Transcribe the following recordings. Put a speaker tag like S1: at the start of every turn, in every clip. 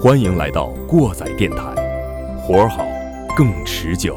S1: 欢迎来到过载电台，活儿好，更持久。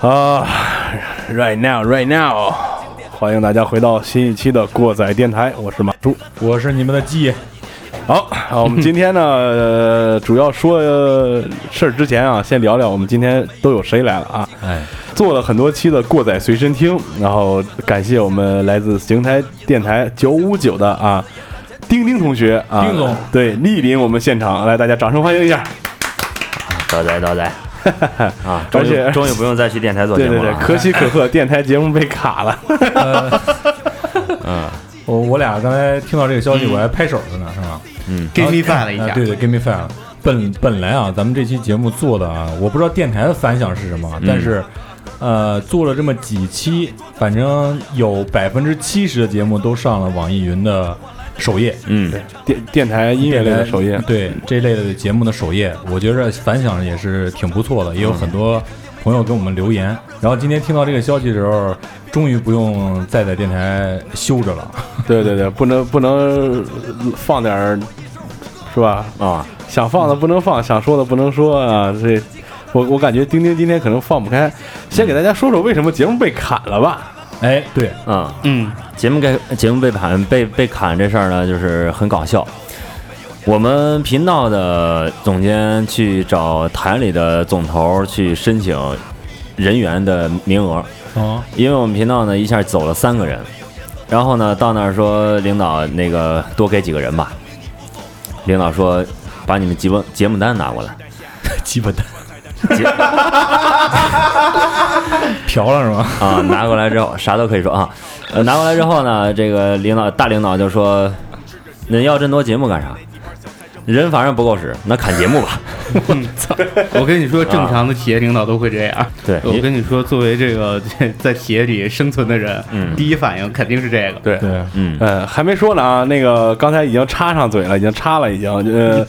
S2: 啊、r i g h t now, right now，欢迎大家回到新一期的过载电台，我是马叔。
S3: 我是你们的鸡，
S2: 好，好，我们今天呢，呃、主要说、呃事儿之前啊，先聊聊我们今天都有谁来了啊。
S3: 哎，
S2: 做了很多期的过载随身听，然后感谢我们来自邢台电台九五九的啊丁丁同学啊，
S3: 丁总
S2: 对莅临我们现场，来大家掌声欢迎一下。
S4: 招待招待。啊，终
S2: 而且
S4: 于终于不用再去电台做节
S2: 对对
S4: 目了
S2: 对，
S4: 啊。
S2: 可喜可贺，电台节目被卡了。
S3: 我我俩刚才听到这个消息，
S2: 嗯
S3: 我还拍手了呢，是吧？
S5: give me five 了一
S3: 啊
S5: 下，
S3: 对对，Give me five。本本来啊，咱们这期节目做的啊，我不知道电台的反响是什么，但是，
S2: 嗯
S3: 呃，做了这么几期，反正有百分之七十的节目都上了网易云的首页，
S4: 嗯，
S2: 电电台音乐类的首页，
S3: 对这类的节目的首页，我觉着反响也是挺不错的，
S2: 嗯
S3: 也有很多朋友给我们留言。然后今天听到这个消息的时候，终于不用再在电台休着了。
S2: 对对对，不能不能放点儿，是吧？
S4: 啊，
S2: 想放的不能放，想说的不能说啊。这我我感觉丁丁今天可能放不开，先给大家说说为什么节目被砍了吧？
S3: 哎，对，
S4: 嗯，
S5: 嗯，
S4: 节目该节目被砍被被砍这事儿呢，就是很搞笑。我们频道的总监去找台里的总头去申请人员的名额，
S3: 哦，
S4: 因为我们频道呢一下走了三个人，然后呢到那儿说领导那个多给几个人吧，领导说把你们节目节目单拿过来，
S3: 基本的
S4: 节
S3: 嫖了是吗？
S4: 啊，拿过来之后 啥都可以说啊。呃，拿过来之后呢，这个领导大领导就说：“那要这么多节目干啥？人反正不够使，那砍节目吧。
S5: 我跟你说，正常
S2: 啊
S5: 的企业领导都会这样。
S4: 对
S5: 我跟你说，作为这个 在企业里生存的人，
S4: 嗯
S5: 第一反应肯定是这个。
S2: 对。
S3: 对，
S4: 嗯，
S2: 呃，还没说呢啊，那个刚才已经插上嘴了，已经插了，已经呃，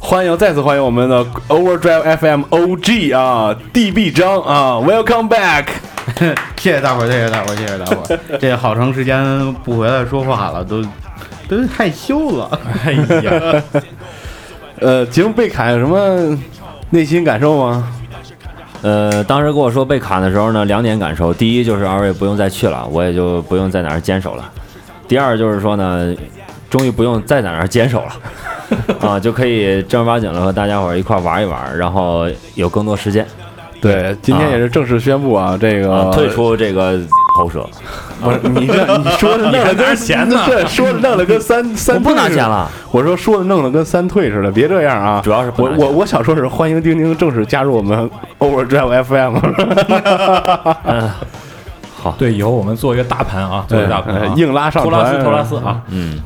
S2: 欢迎再次欢迎我们的 Overdrive FM OG 啊，DB 张啊，Welcome back，
S5: 谢谢大伙儿，谢谢大伙儿，谢谢大伙 儿。这好长时间不回来说话了，都都害羞 了。
S3: 哎呀，
S2: 呃，节目被砍有什么内心感受吗？
S4: 呃，当时跟我说被砍的时候呢，两点感受：第一就是二位不用再去了，我也就不用在哪儿坚守了；第二就是说呢，终于不用再在哪儿坚守了。 啊，就可以正儿八经的和大家伙儿一块儿玩一玩，然后有更多时间
S2: 对，今天
S4: 啊
S2: 也是正式宣布啊，这
S4: 啊
S2: 个，
S4: 退出这个喉舌，
S2: 不是你这你说的弄的跟
S3: 钱呢
S2: 对，说的弄的跟三三
S4: 我不拿
S2: 退似的
S4: 钱了。
S2: 我说说的弄的跟三退似的，别这样啊！
S4: 主要是不
S2: 我
S4: 拿
S2: 我
S4: 钱
S2: 我想说是欢迎丁丁正式加入我们 Overdrive FM，
S4: 嗯，
S3: 对，以后我们做一个大盘啊， 做一个大盘、
S2: 呃
S3: 啊，
S2: 硬拉上
S3: 托拉斯
S2: 船，
S3: 托拉斯啊，
S4: 嗯，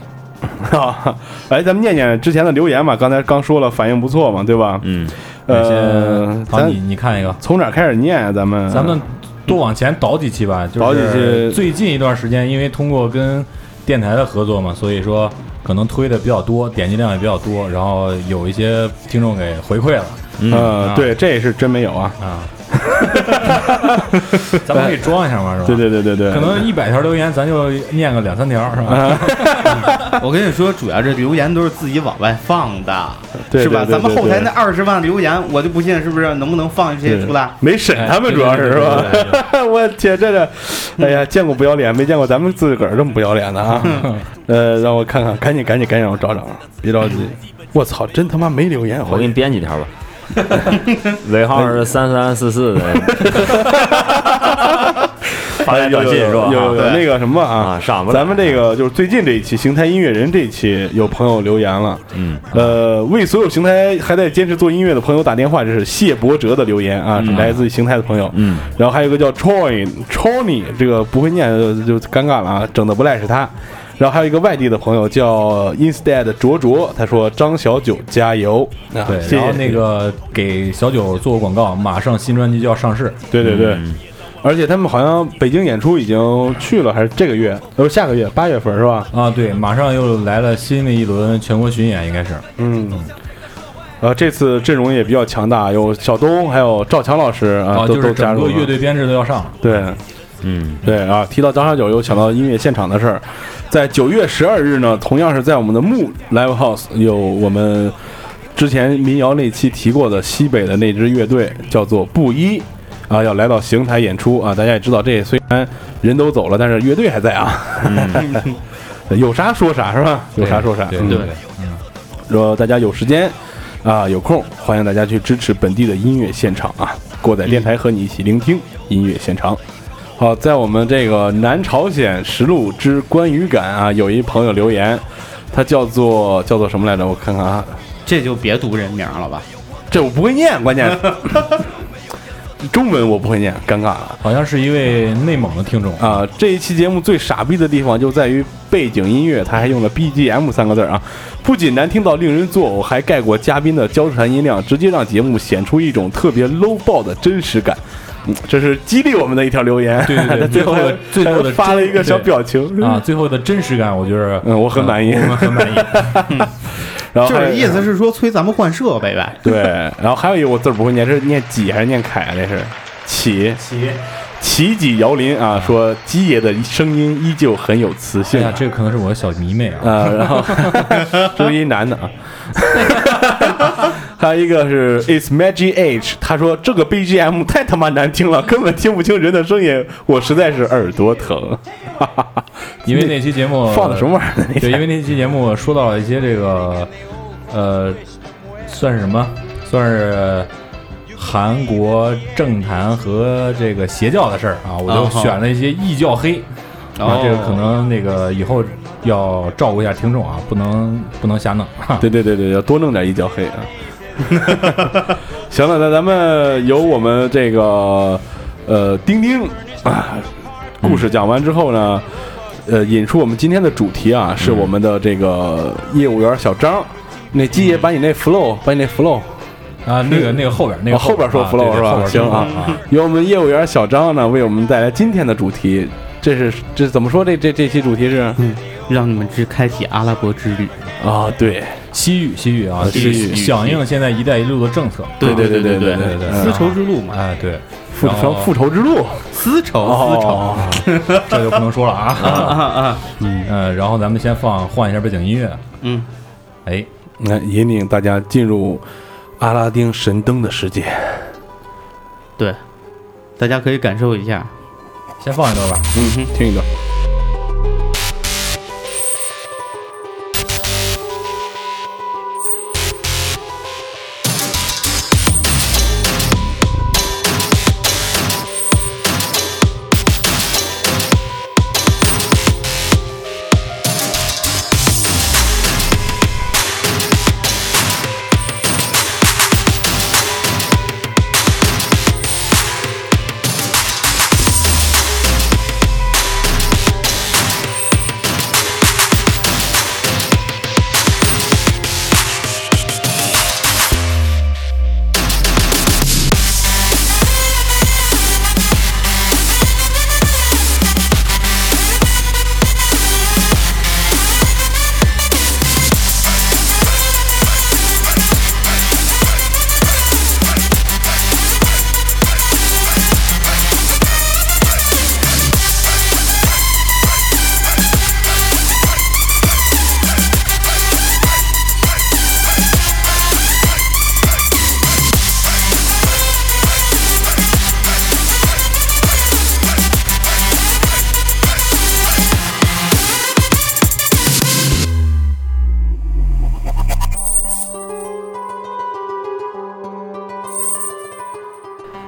S2: 啊！哎，咱们念念之前的留言吧，刚才刚说了反应不错嘛，对吧？
S4: 嗯，
S2: 呃，
S3: 好，
S2: 咱
S3: 你你看一个，
S2: 从哪儿开始念啊？咱们
S4: 嗯
S3: 咱们多往前倒几期吧，就是
S2: 倒几期
S3: 最近一段时间，因为通过跟电台的合作嘛，所以说可能推的比较多，点击量也比较多，然后有一些听众给回 馈了
S2: 呃，
S3: 啊
S2: 对，这是真没有啊！
S3: 啊，咱们可以装一下嘛，是吧？
S2: 对对对对对，
S3: 可能一百条留言，咱就念个两三条，是 吧？
S5: 我跟你说，主要这留言都是自己往外放的，
S2: 对
S5: 是吧？
S2: 对对
S5: 咱们
S2: 对
S5: 后台那
S2: 对
S5: 二十万留言，我就不信是不是能不能放一些出来？
S2: 没审他们，主要是是吧？ 我天，这这，哎呀，见过不要脸，没见过咱们自个儿这么不要脸的啊！呃，让我看看，赶紧赶紧赶紧让我找找，别着急。我操，真他妈没留言，
S4: 我给你编几条吧。
S2: 哎
S4: 尾号是三三四四的，发来短信是吧？
S2: 有有有
S5: 对
S2: 那个什么啊
S4: 啊，上不来
S2: 咱们这个就是最近这一期《邢台音乐人》这一期，有朋友留言了，
S4: 嗯，
S2: 呃，为所有邢台还在坚持做音乐的朋友打电话，这是谢伯哲的留言啊，是来自邢台的朋友，
S4: 嗯，
S2: 然后还有一个叫 Troy Tony，这个不会念就就尴尬了啊，整的不赖是他。然后还有一个外地的朋友叫 Instead 卓卓，他说张小九加油，啊
S6: 对，
S2: 谢
S6: 然
S2: 谢
S6: 后那个给小九做个广告，马上新专辑就要上市，
S2: 对对对，而且他们好像北京演出已经去了，还是这个月，呃，下个月八月份是吧？
S6: 啊，对，马上又来了新的一轮全国巡演，应该是
S2: 嗯。呃，这次阵容也比较强大，有小东，还有赵强老师啊，
S6: 啊，
S2: 都
S6: 就是
S2: 都加
S6: 整
S2: 入
S6: 个
S2: 了
S6: 乐队编制都要上了。
S2: 对
S4: 嗯，
S2: 对啊，提到张小九，又想到音乐现场的事儿。在九月十二日呢，同样是在我们的木 Live House 有我们之前民谣那期提过的西北的那支乐队，叫做布衣啊，要来到邢台演出啊。大家也知道，这虽然人都走了，但是乐队还在啊。 有啥说啥是吧？有啥说啥。
S6: 嗯对
S2: 嗯
S6: 对，
S2: 如果大家有时间啊有空，欢迎大家去支持本地的音乐现场啊！过载电台和你一起聆听音乐现场。好，在我们这个南朝鲜实录之关于感啊，有一朋友留言，他叫做叫做什么来着？我看看啊，
S5: 这就别读人名了吧。
S2: 这我不会念，关键是中文我不会念，尴尬了。
S6: 好像是一位内蒙的听众，
S2: 啊、这一期节目最傻逼的地方就在于背景音乐，他还用了 BGM 三个字儿啊，不仅难听到令人作呕，还盖过嘉宾的娇喘音量，直接让节目显出一种特别 low 爆的真实感。嗯，这是激励我们的一条留言。
S6: 对对 对
S2: 他最后还
S6: 最后的
S2: 还发了一个小表情
S6: 啊，，最后的真实感，我觉得，
S2: 嗯我很
S6: 呃
S2: 满意
S6: 我们 很满意。
S2: 然后
S5: 就
S2: 哦还有
S5: 是意思是说催咱们换设备呗。
S2: 对，然后还有一个我字儿不会念，是念几还是念凯啊？这是起
S6: 起，
S2: 起几摇铃啊，说鸡爷的声音依旧很有磁
S6: 哎
S2: 性啊、
S6: 呀，这个可能是我的小迷妹啊，
S2: 啊，然后这是一男的啊， 还有一个是 It's Magic H，他说这个 BGM 太他妈难听了，根本听不清人的声音，我实在是耳朵疼。
S6: 因为那期节目
S2: 放的什么玩意儿呢？
S6: 对，因为那期节目说到了一些这个，呃，算是什么？算是韩国政坛和这个邪教的事儿啊，我就
S5: 啊好
S6: 选了一些异教黑。然后
S5: 哦
S6: 这个可能那个以后要照顾一下听众啊，不能不能瞎弄。啊哈
S2: 对对对对，要多弄点一脚黑啊。啊 行了，那咱们由我们这个呃钉钉啊故事讲完之后呢，呃，引出我们今天的主题啊，是我们的这个业务员小张。那鸡爷把你那 flow，把你那 flow，
S6: 啊，那个那个后边那
S2: 哦
S6: 个
S2: 后边说
S6: 啊
S2: flow
S6: 对对
S2: 是吧
S6: 后边说
S2: 行啊
S6: flow 啊，
S2: 由我们业务员小张呢为我们带来今天的主题。这是这怎么说？这这这期主题是啊、
S5: 嗯，让你们去开启阿拉伯之旅。
S2: 对
S6: 西域西域啊，
S5: 西域
S6: 是响应现在“一带一路”的政策。啊
S2: 对对对对对
S6: 对对，
S5: 丝绸之路
S2: 啊
S5: 嘛，
S6: 哎对，
S2: 复
S6: 然
S2: 仇
S6: 后
S2: 复仇之路，
S5: 丝绸，丝绸。
S2: 哦，
S6: 这就不能说了啊。
S5: 啊啊，嗯
S6: 嗯，然后咱们先放换一下背景音乐，
S5: 嗯，
S6: 哎，
S2: 那引领大家进入阿拉丁神灯的世界。
S5: 对，大家可以感受一下。
S6: 先放一段吧。
S2: 嗯哼，听一段。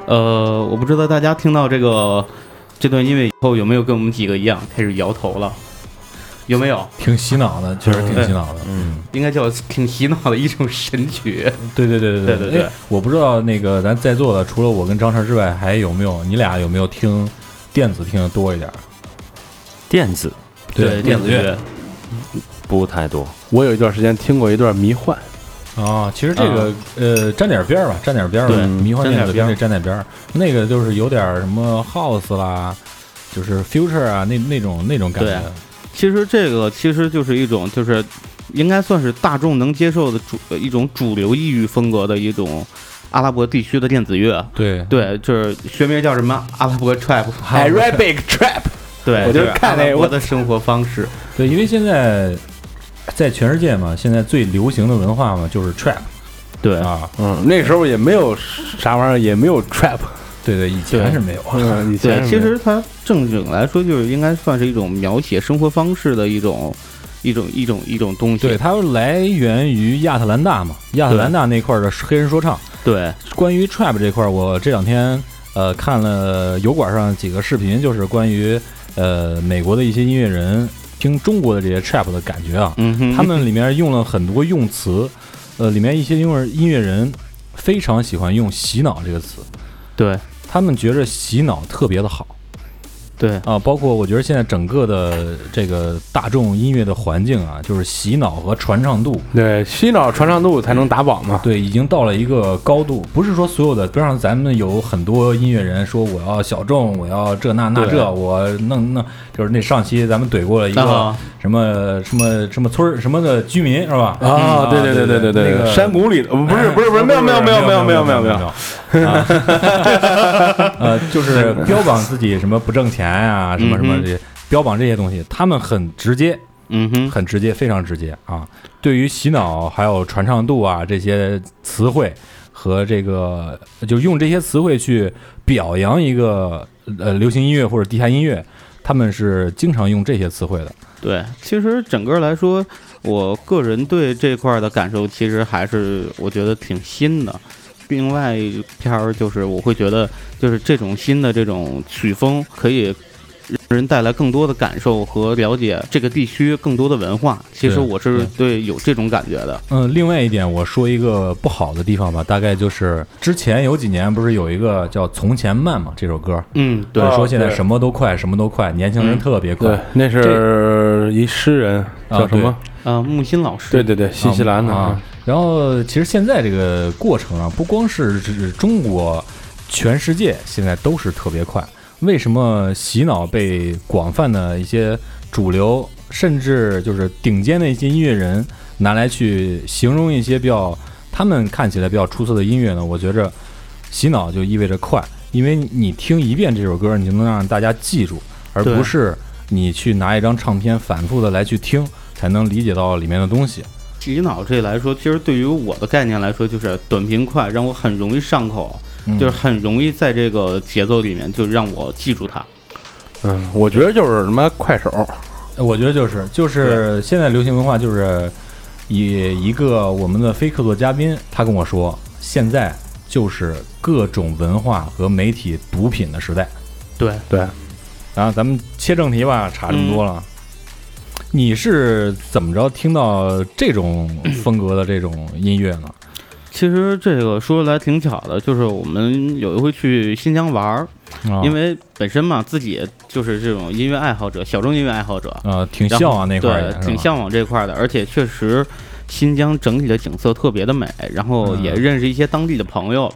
S5: 呃，我不知道大家听到这个这段音乐以后有没有跟我们几个一样开始摇头了？有没有？
S6: 挺洗脑的，确实挺洗脑的。嗯，
S5: 应该叫挺洗脑的一种神曲。
S6: 对对对
S5: 对对
S6: 对
S5: 对
S6: 哎我不知道那个咱在座的，除了我跟张晨之外，还有没有你俩有没有听电子听的多一点？
S4: 电子
S5: 电子乐
S6: 乐。
S4: 不太多，
S2: 我有一段时间听过一段迷幻，
S6: 啊，其实这个呃，沾点边儿吧，沾点边儿吧
S5: 对，
S6: 迷幻
S5: 沾
S6: 电
S5: 点
S6: 子
S5: 边
S6: 跟
S5: 儿
S6: 这沾点边儿，那个就是有点儿什么 house 啦，就是 future 啊，那那种那种感觉
S5: 对。其实这个其实就是一种，就是应该算是大众能接受的主呃一种主流异域风格的一种阿拉伯地区的电子乐。
S6: 对，
S5: 对，就是学名叫什么？阿拉伯 trap。
S2: Arabic Trap，
S5: 对，
S2: 我就是看那
S5: 阿拉伯
S2: 我
S5: 的生活方式。
S6: 对，因为现在在全世界嘛，现在最流行的文化嘛就是 trap
S5: 对
S6: 啊，
S2: 嗯，那时候也没有啥玩意儿，也没有 Trap，
S6: 对对，以前
S5: 对
S6: 是没有。
S2: 嗯，以
S5: 对
S2: 前，
S5: 其实它正经来说，就是应该算是一种描写生活方式的一种、一种、一种、一种东西。
S6: 对，它来源于亚特兰大嘛，亚特兰大那块儿的黑人说唱。
S5: 对
S6: 关于 trap 这块儿，我这两天呃看了油管上几个视频，就是关于呃美国的一些音乐人听中国的这些 trap 的感觉啊。
S5: 嗯哼，
S6: 他们里面用了很多用词，呃，里面一些音乐音乐人非常喜欢用“洗脑”这个词，
S5: 对
S6: 他们觉着洗脑特别的好
S5: 对
S6: 啊。包括我觉得现在整个的这个大众音乐的环境啊，就是洗脑和传唱度，
S2: 对洗脑传唱度才能打榜嘛。
S6: 对，已经到了一个高度，不是说所有的，不像咱们有很多音乐人说我要小众，我要这那那这，我弄弄，就是那上期咱们怼过了一个
S5: 啊
S6: 什么什么什么村儿什么的居民是吧？嗯
S2: 啊，对对对对对对，
S6: 那个
S2: 山谷里的呃不是不是不是没有没有没有没有没有没有没有，
S6: 啊 呃，就是标榜自己什么不挣钱啊，什么什
S2: 嗯
S6: 么这些，标榜这些东西，他们很直接，
S5: 嗯哼，
S6: 很直接，非常直接啊。对于洗脑还有传唱度啊这些词汇和这个，就用这些词汇去表扬一个呃流行音乐或者地下音乐，他们是经常用这些词汇的。
S5: 对。其实整个来说，我个人对这块儿的感受，其实还是我觉得挺新的。另外一片儿就是，我会觉得就是这种新的这种曲风，可以让人带来更多的感受和了解这个地区更多的文化。其实
S6: 对
S5: 我是对有这种感觉的。
S6: 嗯，另外一点，我说一个不好的地方吧，大概就是之前有几年不是有一个叫《从前慢》嘛，这首歌，
S5: 嗯，对
S6: 就是说
S2: 哦
S6: 现在
S2: 对
S6: 什么都快，什么都快，年轻人
S5: 嗯
S6: 特别快
S2: 对，那是一诗人
S6: 啊
S2: 叫什么？
S5: 啊，木心老师，
S2: 对对对，新西兰的
S6: 啊。然后其实现在这个过程啊，不光是指中国，全世界现在都是特别快。为什么洗脑被广泛的一些主流，甚至就是顶尖的一些音乐人拿来去形容一些比较他们看起来比较出色的音乐呢？我觉着洗脑就意味着快，因为你听一遍这首歌，你就能让大家记住，而
S5: 对
S6: 不是你去拿一张唱片反复的来去听，才能理解到里面的东西。
S5: 洗脑这来说，其实对于我的概念来说，就是短平快，让我很容易上口，
S2: 嗯
S5: 就是很容易在这个节奏里面就让我记住它。
S2: 嗯，我觉得就是什么快手，
S6: 我觉得就是就是现在流行文化就是以一个我们的非客座嘉宾，他跟我说，现在就是各种文化和媒体毒品的时代。
S5: 对，
S2: 对，
S6: 然后咱们切正题吧，差这么多
S5: 嗯
S6: 了。你是怎么着听到这种风格的这种音乐呢？
S5: 其实这个说来挺巧的，就是我们有一回去新疆玩儿，
S6: 啊
S5: 因为本身嘛自己就是这种音乐爱好者，小众音乐爱好者，
S6: 呃挺
S5: 然后
S6: 向往那块儿也
S5: 对
S6: 是，吧，
S5: 挺向往这块儿的，而且确实新疆整体的景色特别的美，然后也
S6: 嗯
S5: 认识一些当地的朋友，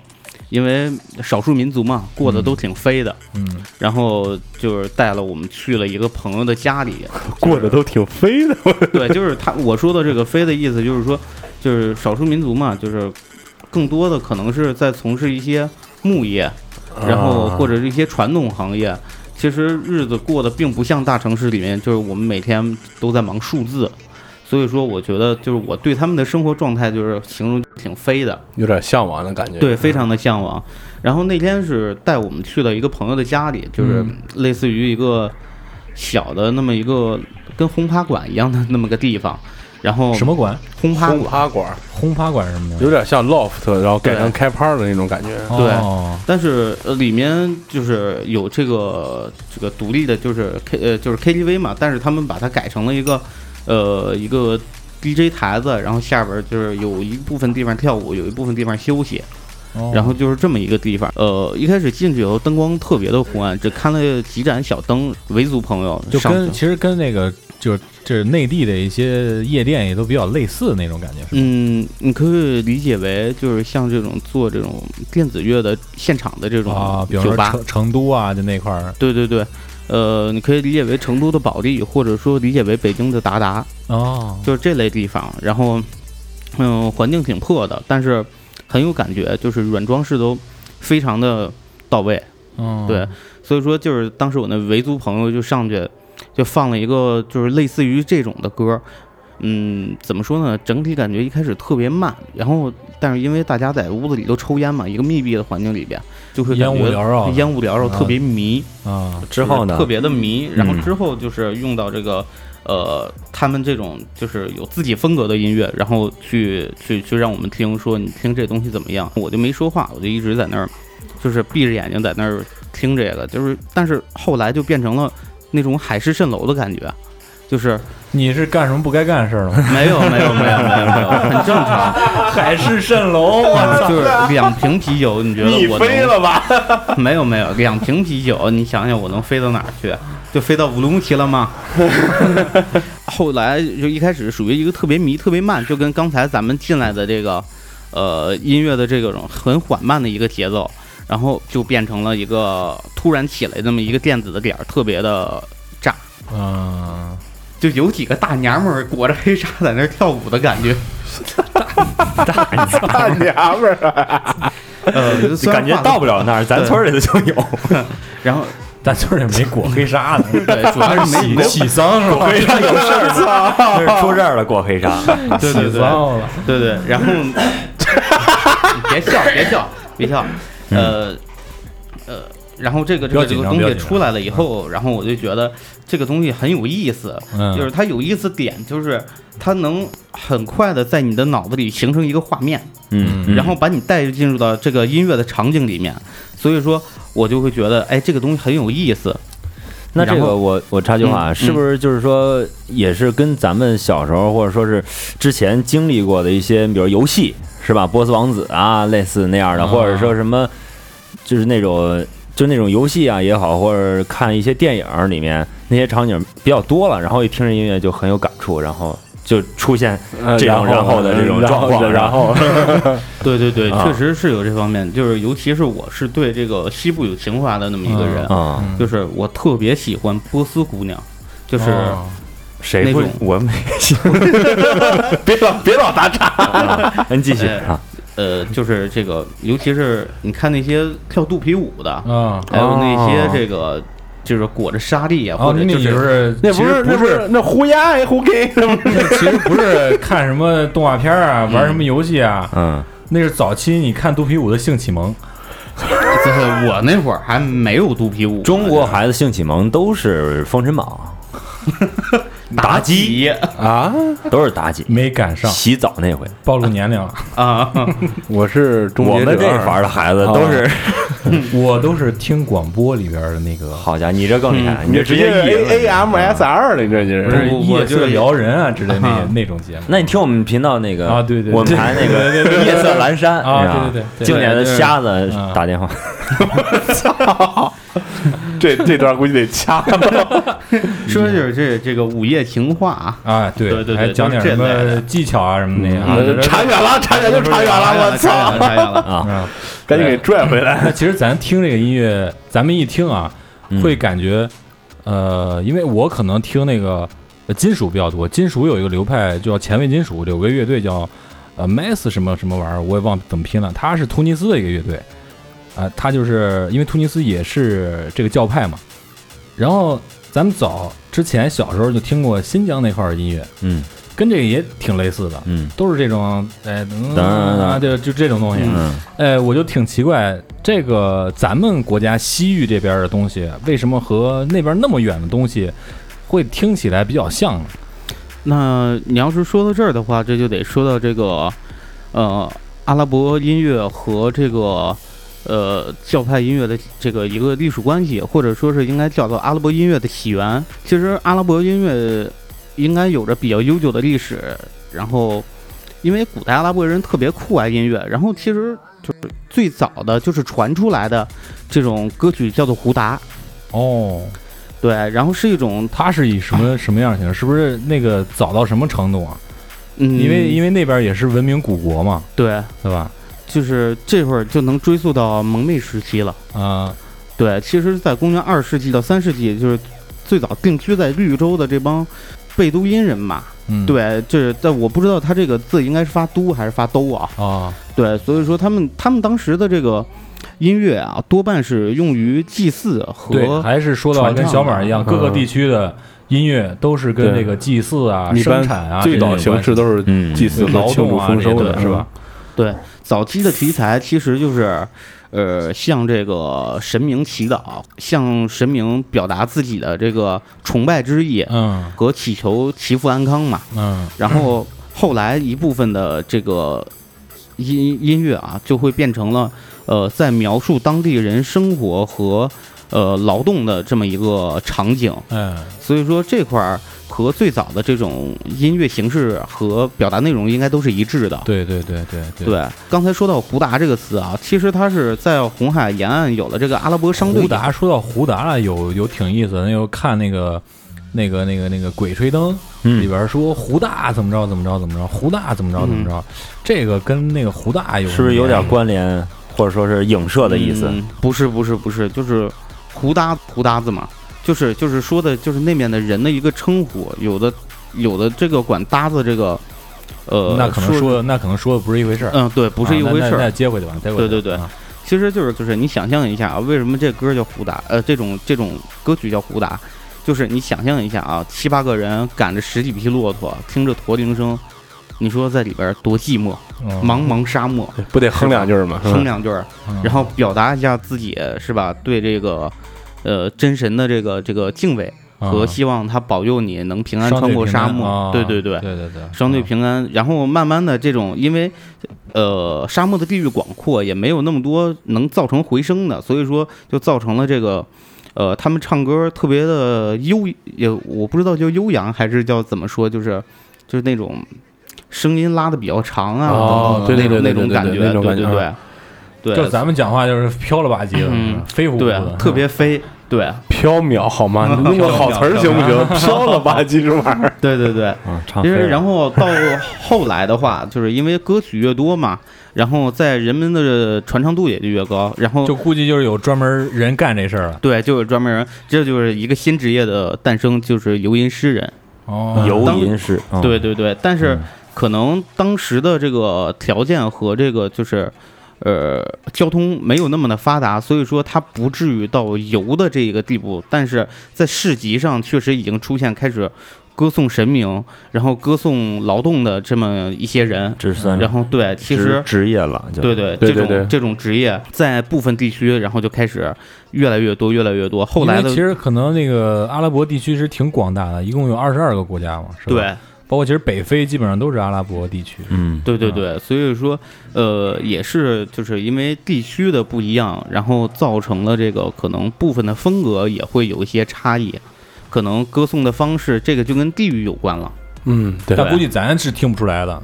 S5: 因为少数民族嘛，过得都挺飞的。
S6: 嗯，
S5: 然后就是带了我们去了一个朋友的家里，
S2: 过得都挺飞的。
S5: 对，就是他我说的这个“飞”的意思，就是说，就是少数民族嘛，就是更多的可能是在从事一些牧业，然后或者是一些传统行业。其实日子过得并不像大城市里面，就是我们每天都在忙数字，所以说我觉得就是我对他们的生活状态就是形容挺飞的。
S2: 有点向往的感觉。
S5: 对，非常的向往。然后那天是带我们去了一个朋友的家里，就是类似于一个小的那么一个跟轰趴馆一样的那么个地方。然后
S6: 什么馆？
S5: 轰趴
S2: 轰
S5: 馆，
S2: 趴馆，
S6: 轰趴馆什么的
S2: 有。点像 loft，然后改成
S5: 对
S2: 开趴的那种感觉。
S5: 对
S6: 哦
S5: 但是呃里面就是有这个这个独立的，就是 K 呃就是 KTV 嘛，但是他们把它改成了一个呃一个 DJ 台子，然后下边就是有一部分地方跳舞，有一部分地方休息，
S6: 哦
S5: 然后就是这么一个地方。呃，一开始进去以后灯光特别的昏暗，只看了几盏小灯。维族朋友
S6: 就
S5: 上
S6: 跟
S5: 去
S6: 其实跟那个就就是内地的一些夜店也都比较类似的那种感觉。
S5: 嗯，你可以理解为就是像这种做这种电子乐的现场的这种
S6: 啊，比如
S5: 酒
S6: 说
S5: 吧，
S6: 成成都啊，就那块儿，
S5: 对对对，呃，你可以理解为成都的保利，或者说理解为北京的达达，
S6: 哦，
S5: 就是这类地方。然后，嗯，环境挺破的，但是很有感觉，就是软装饰都非常的到位。
S6: 嗯
S5: 对，所以说就是当时我那维族朋友就上去就放了一个就是类似于这种的歌，嗯，怎么说呢？整体感觉一开始特别慢，然后但是因为大家在屋子里都抽烟嘛，一个密闭的环境里边，就会
S6: 烟雾缭绕的
S5: 烟雾缭绕，
S6: 啊
S5: 特别迷。
S6: 啊，
S4: 之后呢
S5: 特，别的迷，然后
S4: 嗯
S5: 之后就是用到这个。呃，他们这种就是有自己风格的音乐，然后去去去让我们听，说你听这东西怎么样？我就没说话，我就一直在那儿，就是闭着眼睛在那儿听这个，就是但是后来就变成了那种海市蜃楼的感觉，就是
S6: 你是干什么不该干的事儿了 吗？
S5: 没有没有没有没有没有，很正常，
S6: 海市蜃楼，我操！
S5: 就是两瓶啤酒，你觉得我飞了吧？没有没有，两瓶啤酒，你想想我能飞到哪儿去？就飞到乌鲁木齐了吗？后来就一开始属于一个特别迷、特别慢，就跟刚才咱们进来的这个，呃，音乐的这种很缓慢的一个节奏，然后就变成了一个突然起来这么一个电子的点儿，特别的炸，
S6: 嗯，
S5: 就有几个大娘们儿裹着黑纱在那儿跳舞的感觉。
S2: 大娘们儿啊，
S5: 呃，虽然
S4: 感觉
S5: 话
S4: 到不了那儿，咱村儿里的就 有。
S5: 然后
S6: 咱村儿也没裹黑纱呢，
S5: 对，主要是没
S6: 喜
S5: 没有
S6: 喜丧是吧？
S4: 黑沙有事 儿，就是出事儿了过黑沙。
S5: 对对
S6: 喜
S5: 对，
S6: 丧了，哦
S5: 对对，然 后你别笑，别笑， 别笑，呃呃，然后这个这
S6: 嗯不要
S5: 个这
S6: 紧
S5: 个
S6: 张
S5: 东
S6: 不要
S5: 西
S6: 紧啊张
S5: 出来了以后，然后我就觉得这个东西很有意思，
S6: 嗯，
S5: 就是它有意思点就是它能很快的在你的脑子里形成一个画面，
S4: 嗯，
S5: 然后把你带进入到这个音乐的场景里面，所以说我就会觉得哎，这个东西很有意思，
S4: 那这
S5: 然
S4: 个
S5: 后
S4: 我我插句话啊，
S5: 嗯
S4: 是不是就是说也是跟咱们小时候或者说是之前经历过的一些，比如游戏是吧，波斯王子啊，类似那样的，
S6: 啊
S4: 或者说什么，就是那种就那种游戏啊也好，或者看一些电影里面那些场景比较多了，然后一听着音乐就很有感触，然后就出现这种然后的这种状况，
S2: 然后
S5: 对对对，
S4: 啊
S5: 确实是有这方面，就是尤其是我是对这个西部有情怀的那么一个人，
S4: 啊，
S6: 嗯
S5: 就是我特别喜欢波斯姑娘，就是、
S6: 哦
S4: 谁哎不
S5: 那种
S4: 我没
S2: 别老别老打岔，
S4: 啊您继续
S5: 哎
S4: 啊，
S5: 呃，就是这个，尤其是你看那些跳肚皮舞的，
S6: 啊，
S5: 还有那些
S2: 哦
S5: 这个就是裹着沙粒啊，
S6: 哦，
S5: 或者
S6: 那
S5: 就。
S6: 你就是是
S2: 那不
S6: 其
S2: 是
S6: 实
S2: 那
S6: 不
S2: 不是那胡呀哎胡给，
S6: 其实 不是看什么动画片儿啊，
S5: 嗯
S6: 玩什么游戏啊，
S4: 嗯，
S6: 那是早期你看肚皮舞的性启蒙。
S5: 就是我那会儿还没有肚皮舞呢，
S4: 中国孩子性启蒙都是《封神榜》。
S5: 妲己
S2: 啊！
S4: 都是妲己，
S6: 没赶上，
S4: 洗澡那回，
S6: 暴露年 龄了。
S5: 啊，
S2: 我是终
S4: 我
S2: 结
S4: 们
S2: 者
S4: 这
S2: 二
S4: 玩的孩子都是，
S6: 我都是听广播里边的那个，
S4: 好家伙，你这更厉
S2: 嗯
S4: 害，你这直接
S2: A A
S4: 一
S2: M S 二了，你这就
S6: 不
S2: 是
S6: 是
S5: 不不
S6: 夜
S5: 就是
S6: 色撩人啊之类那
S5: 啊
S6: 那种节目。
S4: 那你听我们频道那个
S6: 啊对对对
S4: 我们台那个夜色阑珊
S6: 啊
S4: 是吧
S6: 对对对对
S4: 经典的瞎子
S6: 嗯
S4: 打电话，
S2: 这这段估计得掐。
S5: 说就是这这个午夜情话啊，
S6: 啊，对
S5: 对对对
S6: 还讲点什
S5: 都是这类
S6: 么
S5: 的
S6: 技巧啊什么的呀。
S5: 嗯
S6: 啊
S2: 差远了，差远就差远了，我操！
S5: 太远了，
S4: 啊，
S6: 啊
S2: 赶紧给拽回来。
S6: 那其实咱听这个音乐，咱们一听啊，
S4: 嗯
S6: 会感觉，呃，因为我可能听那个呃金属比较多，金属有一个流派叫前卫金属，有个乐队叫呃 Mass 什么什么玩意儿，我也忘怎么拼了，它是突尼斯的一个乐队，啊、它就是因为突尼斯也是这个教派嘛，然后咱们早之前小时候就听过新疆那块儿的音乐，
S4: 嗯
S6: 跟这个也挺类似的。
S4: 嗯
S6: 都是这种，哎，嗯
S4: 当然当
S6: 啊，
S4: 然
S6: 就就这种东西，
S4: 嗯
S6: 哎，我就挺奇怪，这个咱们国家西域这边的东西，为什么和那边那么远的东西会听起来比较像呢？
S5: 那你要是说到这儿的话，这就得说到这个，呃，阿拉伯音乐和这个呃教派音乐的这个一个隶属关系，或者说是应该叫做阿拉伯音乐的起源。其实阿拉伯音乐应该有着比较悠久的历史，然后因为古代阿拉伯人特别酷爱音乐，然后其实就是最早的就是传出来的这种歌曲叫做胡达，
S6: 哦，
S5: 对，然后是一种
S6: 他是以什么什么样型？是不哦是那个早到什么程度啊？
S5: 嗯，
S6: 因为因为那边也是文明古国嘛，
S5: 对，
S6: 对吧？
S5: 就是这会儿就能追溯到蒙昧时期了。
S6: 啊，
S5: 对，其实，在公元二世纪到三世纪，就是最早定居在绿洲的这帮贝都因人嘛。
S6: 嗯，
S5: 对，就是，但我不知道他这个字应该是发都还是发兜啊？
S6: 啊，
S5: 对，所以说他们他们当时的这个音乐啊，多半是用于祭祀
S6: 对，
S5: 和
S6: 还是说到
S5: 传唱
S6: 跟小马一样，
S2: 嗯
S6: 各个地区的音乐都是跟
S2: 对
S6: 这个祭祀啊、
S2: 嗯一
S6: 生
S2: 般
S6: 产啊
S2: 最早
S6: 这些有
S2: 形
S6: 关系
S2: 式都是
S4: 嗯
S2: 祭祀和
S6: 劳
S2: 庆祝
S6: 动啊
S2: 丰收的
S6: 这些
S2: 是吧？
S5: 对早期的题材，其实就是。呃，向这个呃神明祈祷，向神明表达自己的这个崇拜之意
S6: 嗯
S5: 和祈求祈福安康嘛。
S6: 嗯
S5: 然后后来一部分的这个音音乐啊，就会变成了呃，在描述当地人生活和呃劳动的这么一个场景。
S6: 嗯，
S5: 所以说这块儿和最早的这种音乐形式和表达内容应该都是一致的。
S6: 对对对对对，
S5: 对，刚才说到“胡达”这个词啊，其实它是在红海沿岸有了这个阿拉伯商队
S6: 胡达说到胡达了，有有挺意思的，有看那个。那个、那个、那个《鬼吹灯》
S4: 嗯
S6: 里边说胡大怎么着怎么着怎么着，胡大怎么着怎
S5: 嗯
S6: 么着，这个跟那个胡大有
S4: 是不是有点关联，或者说是影射的意思？
S5: 嗯不是不是不是，就是胡搭胡搭子嘛，就是就是说的就是那边的人的一个称呼，有的有的这个管搭子这个，呃，
S6: 那可能
S5: 说
S6: 说的那可能说的不是一回事儿，
S5: 嗯对，不是一
S6: 啊
S5: 回
S6: 那
S5: 事
S6: 那
S5: 儿。
S6: 那接回去吧，接回去
S5: 对
S6: 吧。
S5: 对对
S6: 啊
S5: 其实就是就是你想象一下啊，为什么这歌叫胡搭？呃，这种这种歌曲叫胡搭，就是你想象一下啊，七八个人赶着十几匹骆驼，听着驼铃声，你说在里边儿多寂寞，
S6: 嗯
S5: 茫茫沙漠，
S2: 不得哼两句儿吗？
S5: 哼两句儿。
S6: 嗯
S5: 然后表达一下自己是吧？对这个，呃，真神的这个这个敬畏和
S6: 啊
S5: 希望他保佑你能平安
S6: 商队
S5: 穿过
S6: 平
S5: 沙
S6: 安啊
S5: 漠。对对对，
S6: 对对对，
S5: 相对
S6: 嗯
S5: 平安。然后慢慢的这种，因为呃沙漠的地域广阔，也没有那么多能造成回声的，所以说就造成了这个。呃，他们唱歌特别的悠，也我不知道叫悠扬还是叫怎么说，就是就是那种声音拉的比较长啊，
S2: 哦
S5: 等等
S2: 对对对
S5: 那种
S2: 对
S5: 感
S2: 对
S5: 觉，
S2: 那种感觉
S5: 对对
S2: 啊
S5: 对，
S6: 就咱们讲话就是飘了吧唧的，
S5: 嗯
S6: 飞乎乎
S5: 对
S6: 的，，
S5: 特别飞，对，
S2: 缥缈好吗？
S6: 嗯
S2: 你弄个好词儿行不行？飘了吧唧这玩意儿，
S5: 对对对。
S4: 啊，唱
S5: 其实，
S4: 飞了
S5: 然后到后来的话，就是因为歌曲越多嘛，然后在人们的传唱度也就越高，然后
S6: 就估计就是有专门人干这事儿了。
S5: 对，就有专门人，这就是一个新职业的诞生，就是游吟诗人。
S6: 哦，
S4: 游
S5: 当
S4: 吟诗，嗯
S5: 对对对，但是
S4: 嗯
S5: 可能当时的这个条件和这个就是。呃，交通没有那么的发达，所以说它不至于到游的这个地步，但是在市集上确实已经出现开始歌颂神明，然后歌颂劳动的这么一些人，
S4: 这算
S5: 然后对，其
S4: 职
S5: 实
S4: 职业了，就
S5: 对对
S2: 对
S5: 这种
S2: 对对
S5: 这种职业在部分地区，然后就开始越来越多，越来越多，后来
S6: 因为
S5: 的
S6: 其实可能那个阿拉伯地区是挺广大的，一共有二十二个国家嘛，是吧？，
S5: 对
S6: 包括其实北非基本上都是阿拉伯地区。
S4: 嗯，
S5: 对对对，所以说，呃，也是就是因为地区的不一样，然后造成了这个可能部分的风格也会有一些差异，可能歌颂的方式，这个就跟地域有关了。
S2: 嗯，对
S6: 但估计咱是听不出来的，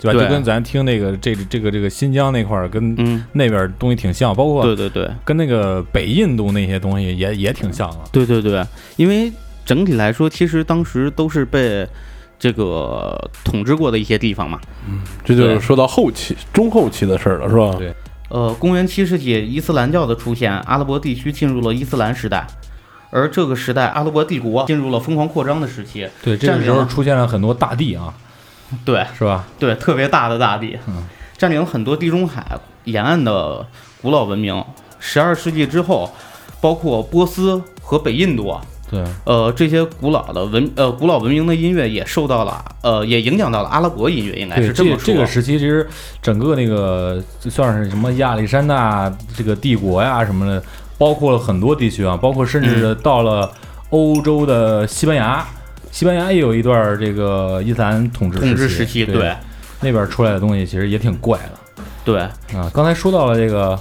S6: 对吧？
S5: 对
S6: 就跟咱听那个这个这个这个新疆那块儿跟
S5: 嗯，
S6: 那边儿东西挺像，包括
S5: 对对对，
S6: 跟那个北印度那些东西也也挺像啊的。
S5: 对对对，因为整体来说，其实当时都是被这个统治过的一些地方嘛。
S2: 这就是说到后期、中后期的事儿了，是吧？
S6: 对
S5: 呃，公元七世纪，伊斯兰教的出现，阿拉伯地区进入了伊斯兰时代，而这个时代，阿拉伯帝国进入了疯狂扩张的时期。
S6: 对，这个时
S5: 占领
S6: 候
S5: 了
S6: 出现了很多大地啊，
S5: 对
S6: 是吧？
S5: 对，特别大的大地，
S6: 嗯
S5: 占领很多地中海沿岸的古老文明。十二世纪之后，包括波斯和北印度，
S6: 对，
S5: 呃，这些古老的文呃古老文明的音乐也受到了呃也影响到了阿拉伯音乐，应该
S6: 对，
S5: 哎是这么
S6: 个
S5: 说。啊
S6: 这个时期，其实整个那个就算是什么亚历山大这个帝国呀什么的，包括了很多地区啊，包括甚至到了欧洲的西班牙，西班牙也有一段这个伊斯兰统治
S5: 统治时期，
S6: 期，
S5: 对
S6: 那边出来的东西其实也挺怪的。
S5: 对，
S6: 啊，刚才说到了这个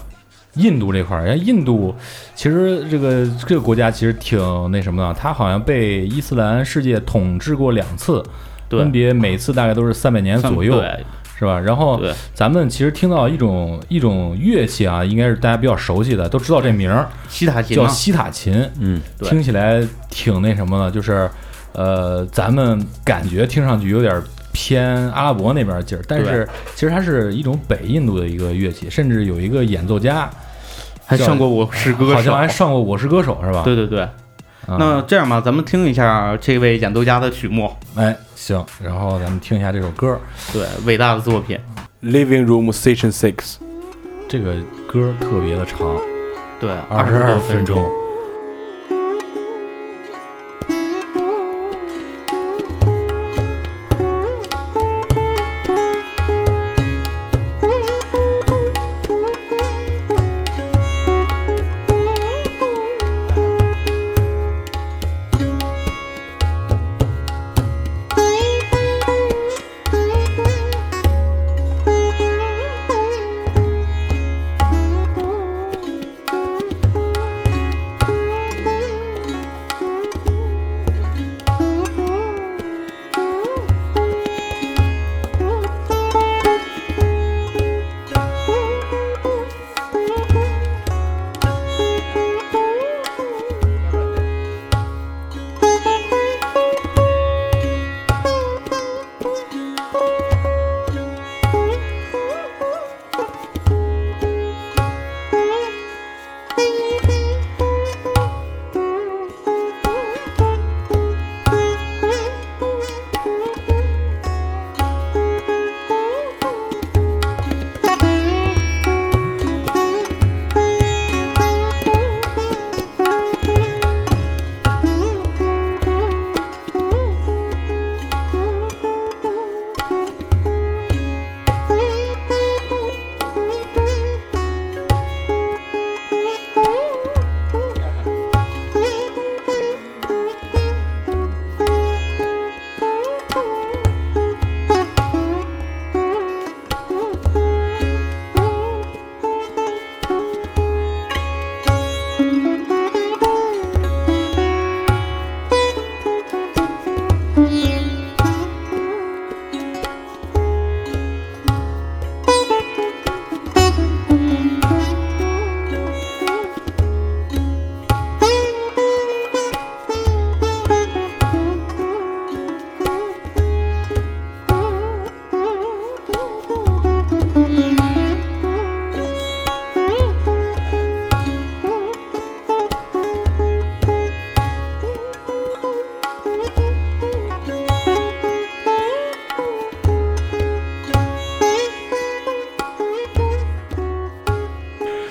S6: 印度这块儿，人家印度其实这个这个国家其实挺那什么的，它好像被伊斯兰世界统治过两次，
S5: 对
S6: 分别每次大概都是三百年
S5: 三
S6: 左右，
S5: 对
S6: 是吧？然后
S5: 对
S6: 咱们其实听到一种一种乐器啊，应该是大家比较熟悉的，都知道这名儿
S5: 西塔琴
S6: 叫
S5: 嘛，
S6: 西塔琴，
S4: 嗯，
S5: 对
S6: 听起来挺那什么的，就是呃，咱们感觉听上去有点偏阿拉伯那边劲儿，但是其实它是一种北印度的一个乐器，甚至有一个演奏家
S5: 还上过我是歌
S6: 好
S5: 手
S6: 像，还上过《我是歌手》是吧？
S5: 对对对。
S6: 嗯
S5: 那这样吧，咱们听一下这位演奏家的曲目，
S6: 哎行，然后咱们听一下这首歌，
S5: 对，伟大的作品。
S2: Living Room Station Six，
S6: 这个歌特别的长，
S5: 对，
S6: 二
S5: 十
S6: 十二
S5: 分
S6: 分钟。。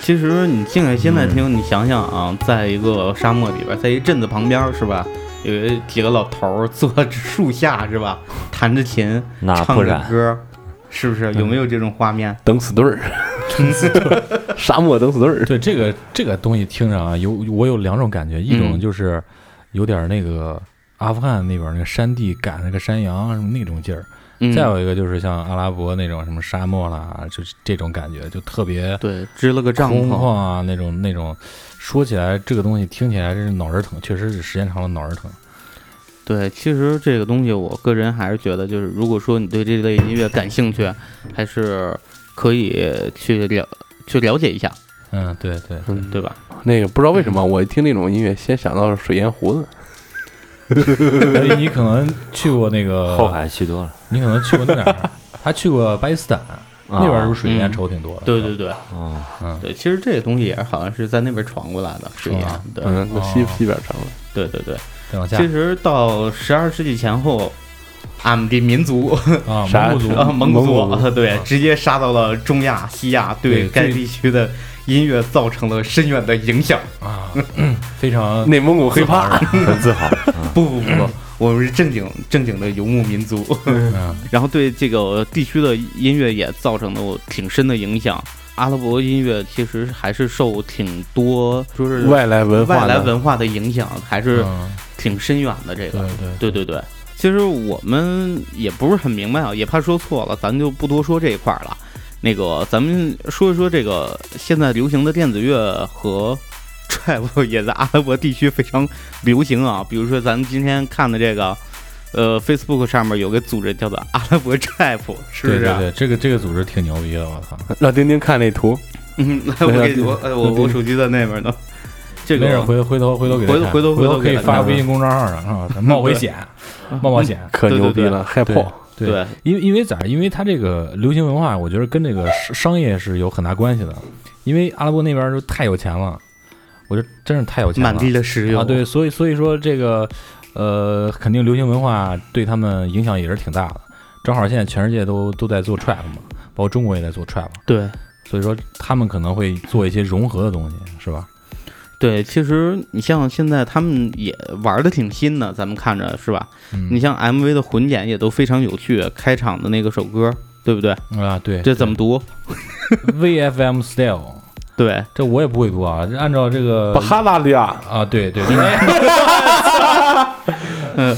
S5: 其实你静下心来听，你想想啊，在一个沙漠里边，在一镇子旁边是吧？有几个老头儿坐着树下是 吧？弹着琴，
S4: 那不
S5: 唱着
S4: 然
S5: 歌，是不是？有没有这种画面？
S2: 等死队儿， 沙漠等死队儿，
S6: 对这个这个东西听着啊，有我有两种感觉，一种
S5: 嗯
S6: 就是有点那个阿富汗那边那个山地赶那个山羊啊什么那种劲儿，
S5: 嗯
S6: 再有一个就是像阿拉伯那种什么沙漠啦，就是这种感觉，就特别
S5: 对，支了个帐
S6: 空旷
S5: 篷，
S6: 啊那种那种。说起来这个东西听起来真是脑仁疼，确实是时间长了脑仁疼。
S5: 对，其实这个东西，我个人还是觉得，就是如果说你对这类音乐感兴趣，还是可以去了去了解一下，
S6: 嗯，对对，
S5: 对吧？
S2: 那个不知道为什么，我一听那种音乐，先想到水盐胡子，
S6: 所以你可能去过那个
S4: 后，海去多了，
S6: 你可能去过那哪儿？他去过巴基斯坦，那边儿是不是水淹
S5: 啊嗯
S6: 稠挺多的？
S5: 对对对
S4: 哦，
S5: 对，其实这个东西也是好像是在那边传过来的，是一样对
S2: 嗯，那西
S6: 哦
S2: 西边儿上了，
S5: 对对对。啊
S6: 再往下
S5: 其实到十二世纪前后，俺们的民族
S6: 啊，
S2: 啥
S6: 蒙古 族
S5: 啊，蒙古
S2: 蒙古
S5: 族对，直接杀到了中亚、西亚，
S6: 对
S5: 对该
S6: 这
S5: 地区的音乐造成了深远的影响。
S6: 啊，非常
S2: 内蒙古黑怕，
S4: 很自豪。
S5: 不不不，我们是正经正经的游牧民族，
S6: 嗯
S5: 然后对这个地区的音乐也造成了我挺深的影响。阿拉伯音乐其实还是受挺多说是
S2: 外来文化
S5: 外
S2: 的，
S5: 来文化的影响，还是
S6: 嗯
S5: 挺深远的。这
S6: 对
S5: 个，
S6: 对
S5: 对对对，其实我们也不是很明白啊，也怕说错了，咱就不多说这一块儿了。那个，咱们说一说这个现在流行的电子乐和 trap 也在阿拉伯地区非常流行啊。比如说咱们今天看的这个，呃，Facebook 上面有个组织叫做阿拉伯 trap，是不是
S6: 对对
S5: 啊？
S6: 对，这个这个组织挺牛逼的，我操！
S2: 让丁丁看那图，
S5: 嗯，来我给我呃我我手机在那边呢。这
S6: 没事，
S5: 个
S6: 回回头回头给他
S5: 回头
S6: 看
S5: 回头
S6: 回
S5: 回头
S6: 可以
S5: 给他
S6: 发
S5: 看
S6: 微信公众号上啊，咱 冒危险，冒保险。
S2: 可
S5: 对对
S2: 牛逼
S5: 对
S2: 了，害
S6: 对
S2: 怕。
S5: 对，
S6: 因为因为咋？因为它这个流行文化，我觉得跟这个商商业是有很大关系的。因为阿拉伯那边儿就太有钱了，我觉得真是太有钱了，
S5: 满地的石油
S6: 啊，对，所以所以说这个呃，肯定流行文化对他们影响也是挺大的。正好现在全世界都都在做 trap 嘛，包括中国也在做 trap，
S5: 对
S6: 所以说他们可能会做一些融合的东西，是吧？
S5: 对，其实你像现在他们也玩的挺新的，咱们看着是吧？
S6: 嗯，
S5: 你像 MV 的混剪也都非常有趣，开场的那个首歌，对不对？
S6: 啊，对，
S5: 这怎么读？
S6: VFM style？
S5: 对，
S6: 这我也不会读啊，这按照这个
S2: 巴哈拉利亚，
S6: 啊，对 对对，
S5: 嗯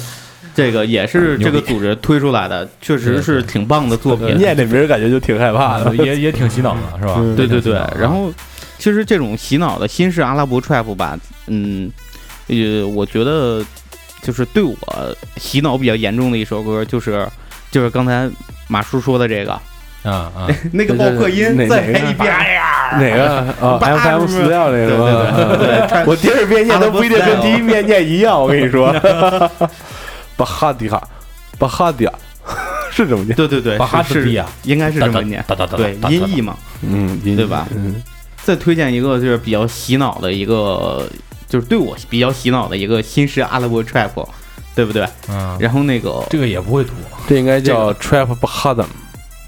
S5: 这个也是
S6: 牛
S5: 这
S6: 逼
S5: 个组织推出来的，确实是挺棒的作品。
S2: 念这名儿感觉就挺害怕的。
S6: 啊 也也挺洗脑的，是吧？
S5: 对对
S6: 也挺洗
S5: 对
S6: 脑的，
S5: 然后其实这种洗脑的新式阿拉伯 trap 吧，嗯，呃，我觉得就是对我洗脑比较严重的一首歌，就是就是刚才马叔说的这个
S6: 啊啊，
S5: 那个爆破音
S2: 哪
S5: 在
S2: 哪个
S5: 一边呀，
S2: 哪个 啊
S5: 八
S2: ？F
S5: 是
S2: M
S5: 不
S2: 四
S5: 是
S2: 料那
S5: 对
S2: 个
S5: 对对
S2: 吗？
S5: 对 对，
S2: 我第二遍念都不一定跟第一遍念一样，我跟你 说。巴哈迪哈，巴哈迪亚， 是这么念？
S5: 对对对，
S6: 巴哈
S5: 是
S6: 斯蒂啊
S5: 是
S6: 亚
S5: 应该是这么念，
S6: 哒哒哒哒
S5: 对
S6: 哒哒
S5: 音译嘛。
S2: 嗯，音
S5: 对吧
S2: 嗯，
S5: 再推荐一个就是比较洗脑的一个，就是对我比较洗脑的一个新式阿拉伯 trap，对不对？
S6: 嗯，
S5: 然后那个
S6: 这个也不会读。
S2: 这应该叫 Trap 巴哈德，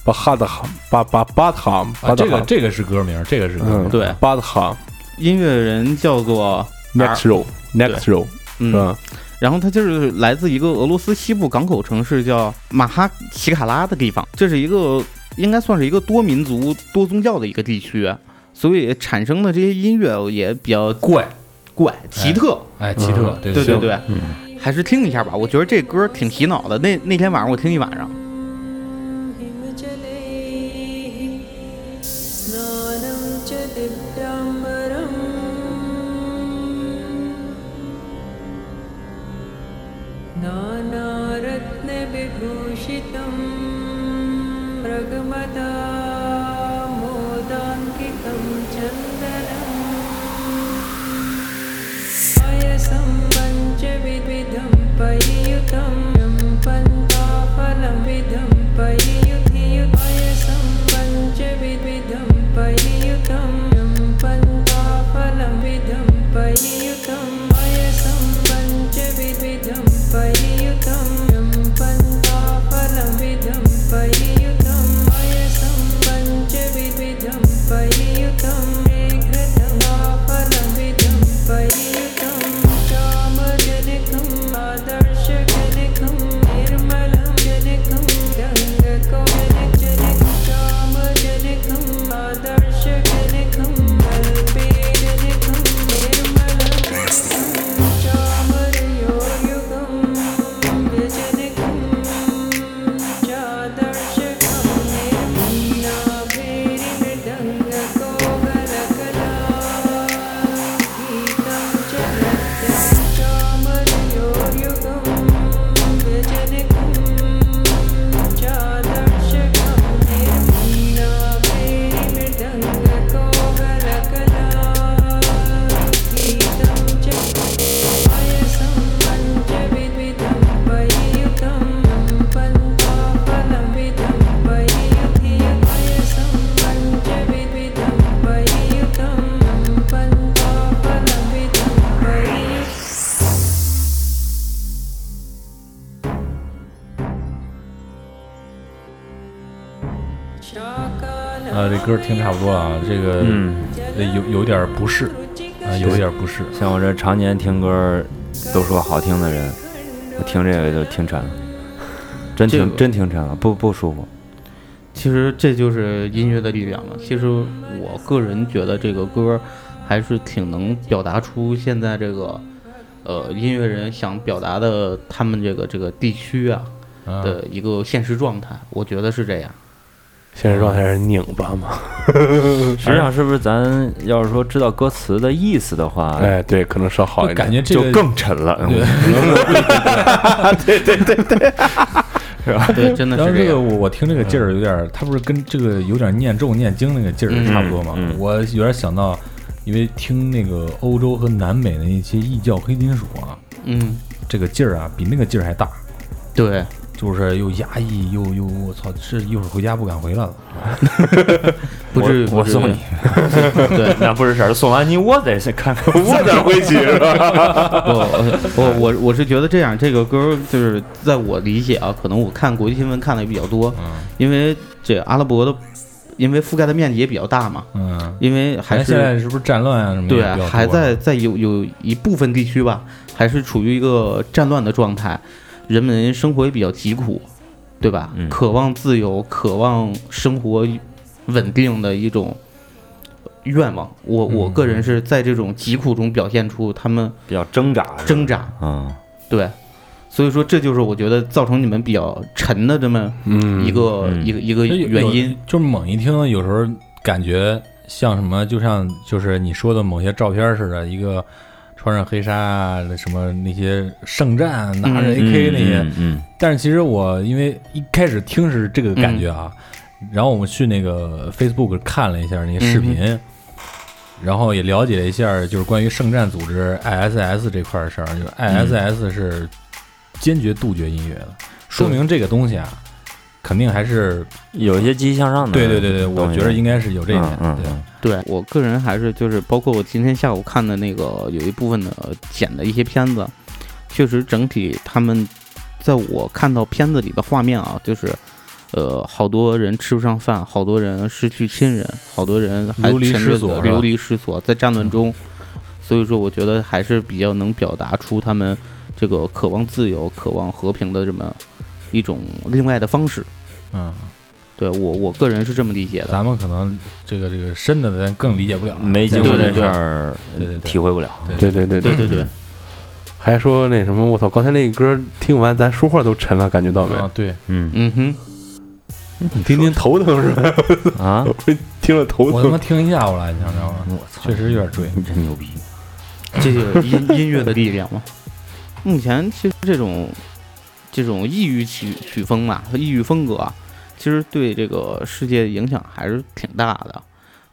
S2: 巴哈德哈，巴巴巴特哈，
S6: 啊，
S2: 巴
S6: 这
S2: 特
S6: 个
S2: 哈，
S6: 这个是歌名，这个是歌
S2: 嗯，
S6: 名。
S5: 对
S2: 巴特哈
S5: 音乐人叫做
S2: Next Row Next Row 是
S5: 嗯，
S2: 吧？
S5: 然后他就是来自一个俄罗斯西部港口城市叫马哈奇卡拉的地方，这是一个应该算是一个多民族、多宗教的一个地区，所以产生的这些音乐也比较
S6: 怪，
S5: 怪奇特。
S6: 哎，奇特，对
S5: 嗯对
S6: 对
S5: 对对，还是听一下吧。我觉得这歌挺洗脑的，那那天晚上我听一晚上。
S7: स्नानं च दिव्याम्बरम् नानारत्नविभूषितं मृगमदा मोदाङ्कितं चन्दनम् पायसं पञ्चविधं परियुतं पन्ताफलं विधं परियुधियु पायसं पञ्चविधं परियुतं पन्ताफलं विधं परियुतं पायसं पञ्चविधं परियुतं पन्ताफलं विधं परियुतं पायसं पञ्चविधं परियुतं मेघतमाफलमिदं परियुतं श्यामजनकं आदर्शजनकं निर्मलं जनकं गङ्गकोणजनकं श्यामजनकम् आदर्शजनकं कल्पेजनकं निर्मलं चामरयोयुगं व्यजनकं चादर्शकं निर्मीनाभेरिमृदङ्गकोमलकला गीतं च नृत्यं चामरयोयुगं व्यजनकं चादर्शकं निर्मीनाभेरिमृदङ्गकोमलकला गीतं च पायसं पञ्चविधं परियुतं पन्ताफलं विधं परियुधिय पायसं पञ्चविधं परियुतं पन्ताफलं विधं परियुक्तम् शाकालम्
S6: 啊，这歌听差不多啊，这个
S5: 嗯
S7: 嗯
S6: 呃有有点不适啊，有点不适。
S4: 像我这常年听歌都说好听的人， 我听这个就听沉了，真
S5: 这
S4: 听
S5: 个
S4: 真听沉了，不不舒服。
S5: 其实这就是音乐的力量嘛。其实我个人觉得这个歌还是挺能表达出现在这个呃音乐人想表达的他们这个这个地区啊
S6: 嗯，
S5: 的一个现实状态，我觉得是这样。
S2: 现实状态是拧巴嘛？
S4: 实际上是不是咱要是说知道歌词的意思的话，
S2: 哎，对，可能稍好
S6: 就
S2: 一点。
S6: 感觉这
S4: 就
S6: 个
S4: 更沉了。嗯
S5: 对，真的
S6: 然后
S5: 是
S6: 这
S5: 这
S6: 个
S5: 样。嗯
S6: 我我听这个劲儿有点儿，他不是跟这个有点念咒念经那个劲儿
S5: 嗯
S6: 差不多嘛？
S4: 嗯
S6: 我有点想到，因为听那个欧洲和南美的那些异教黑金属啊，
S5: 嗯，
S6: 这个劲儿啊比那个劲儿还大，
S5: 对，
S6: 就是又压抑又又我操，这一会儿回家不敢回来了。
S5: 不至于。
S4: 我我
S5: 不至于
S4: 送你。
S5: 对，
S4: 那不是事儿，送完你我得先看看。
S2: 我得回去是吧？
S5: 我我我我是觉得这样，这个歌就是在我理解啊，可能我看国际新闻看的也比较多，
S4: 嗯
S5: 因为这阿拉伯的，因为覆盖的面积也比较大嘛，
S6: 嗯，
S5: 因为还
S4: 哎
S6: 咱现在
S5: 是
S6: 是不是战乱啊什么的
S5: 对
S6: 也比较多啊？
S5: 还在在有有一部分地区吧，还是处于一个战乱的状态，人们生活也比较疾苦，对吧？
S4: 嗯
S5: 渴望自由，渴望生活稳定的一种。愿望，我我个人是在这种疾苦中表现出他们
S4: 嗯比较挣扎，
S5: 挣扎，
S4: 嗯，
S5: 对，所以说这就是我觉得造成你们比较沉的这么
S2: 嗯
S5: 一个、
S4: 嗯
S5: 一个一个
S6: 有有
S5: 原因。
S6: 就是猛一听，有时候感觉像什么，就像就是你说的某些照片似的，一个穿上黑纱什么那些圣战拿着
S5: 嗯嗯
S6: AK 那些，
S4: 嗯嗯
S6: 但是其实我因为一开始听是这个感觉啊，然后我们去那个 Facebook 看了一下那些
S5: 嗯
S6: 视频，然后也了解了一下，就是关于圣战组织 ISS 这块儿的事儿，就是
S5: 嗯
S6: ISS 是坚决杜绝音乐的，说明这个东西啊，肯定还是
S4: 有一些积极向上的东
S6: 对
S4: 西。
S6: 对对对，我觉得应该是有这一点，
S4: 嗯
S6: 对
S4: 嗯，
S5: 对我个人还是就是包括我今天下午看的那个有一部分的呃剪的一些片子，确实整体他们在我看到片子里的画面啊，就是。呃，好多人吃不上饭，好多人失去亲人，好多人还
S6: 流离
S5: 沉
S6: 失
S5: 着
S6: 所是吧嗯
S5: 流离失所，在战乱中。所以说，我觉得还是比较能表达出他们这个渴望自由、渴望和平的这么一种另外的方式。
S6: 嗯，
S5: 对我，我个人是这么理解的。
S6: 咱们可能这个这个深的咱更理解不了，
S4: 没经过这
S5: 对对对
S4: 事儿，
S6: 对对对
S4: 体会不了。
S2: 对对对
S5: 对对对，
S2: 还说那什么，我操！刚才那歌听完，咱说话都沉了，感觉到没？
S6: 啊，对
S4: 嗯
S5: 嗯哼，
S2: 听听头疼是吧？
S4: 啊，
S2: 听了头
S6: 我他妈
S2: 疼。
S6: 听一下午了，你啊知道吗？
S4: 我操，
S6: 确实有点追，
S4: 你真牛逼。
S5: 这就是音音乐的力量嘛。目前其实这种这种异域曲曲风嘛，和异域风格啊，其实对这个世界影响还是挺大的。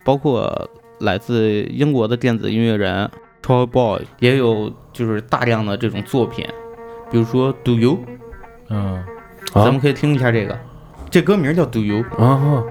S5: 包括来自英国的电子音乐人 Toy Boy 也有就是大量的这种作品，比如说 Do You，、
S6: 嗯，
S2: 啊
S5: 咱们可以听一下这个，这歌名叫 Do You。
S2: 啊啊！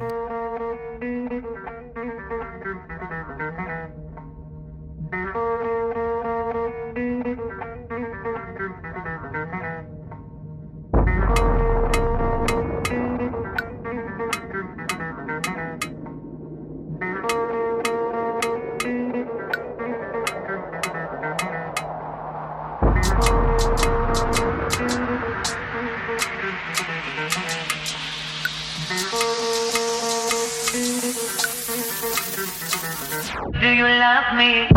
S8: Do you love me?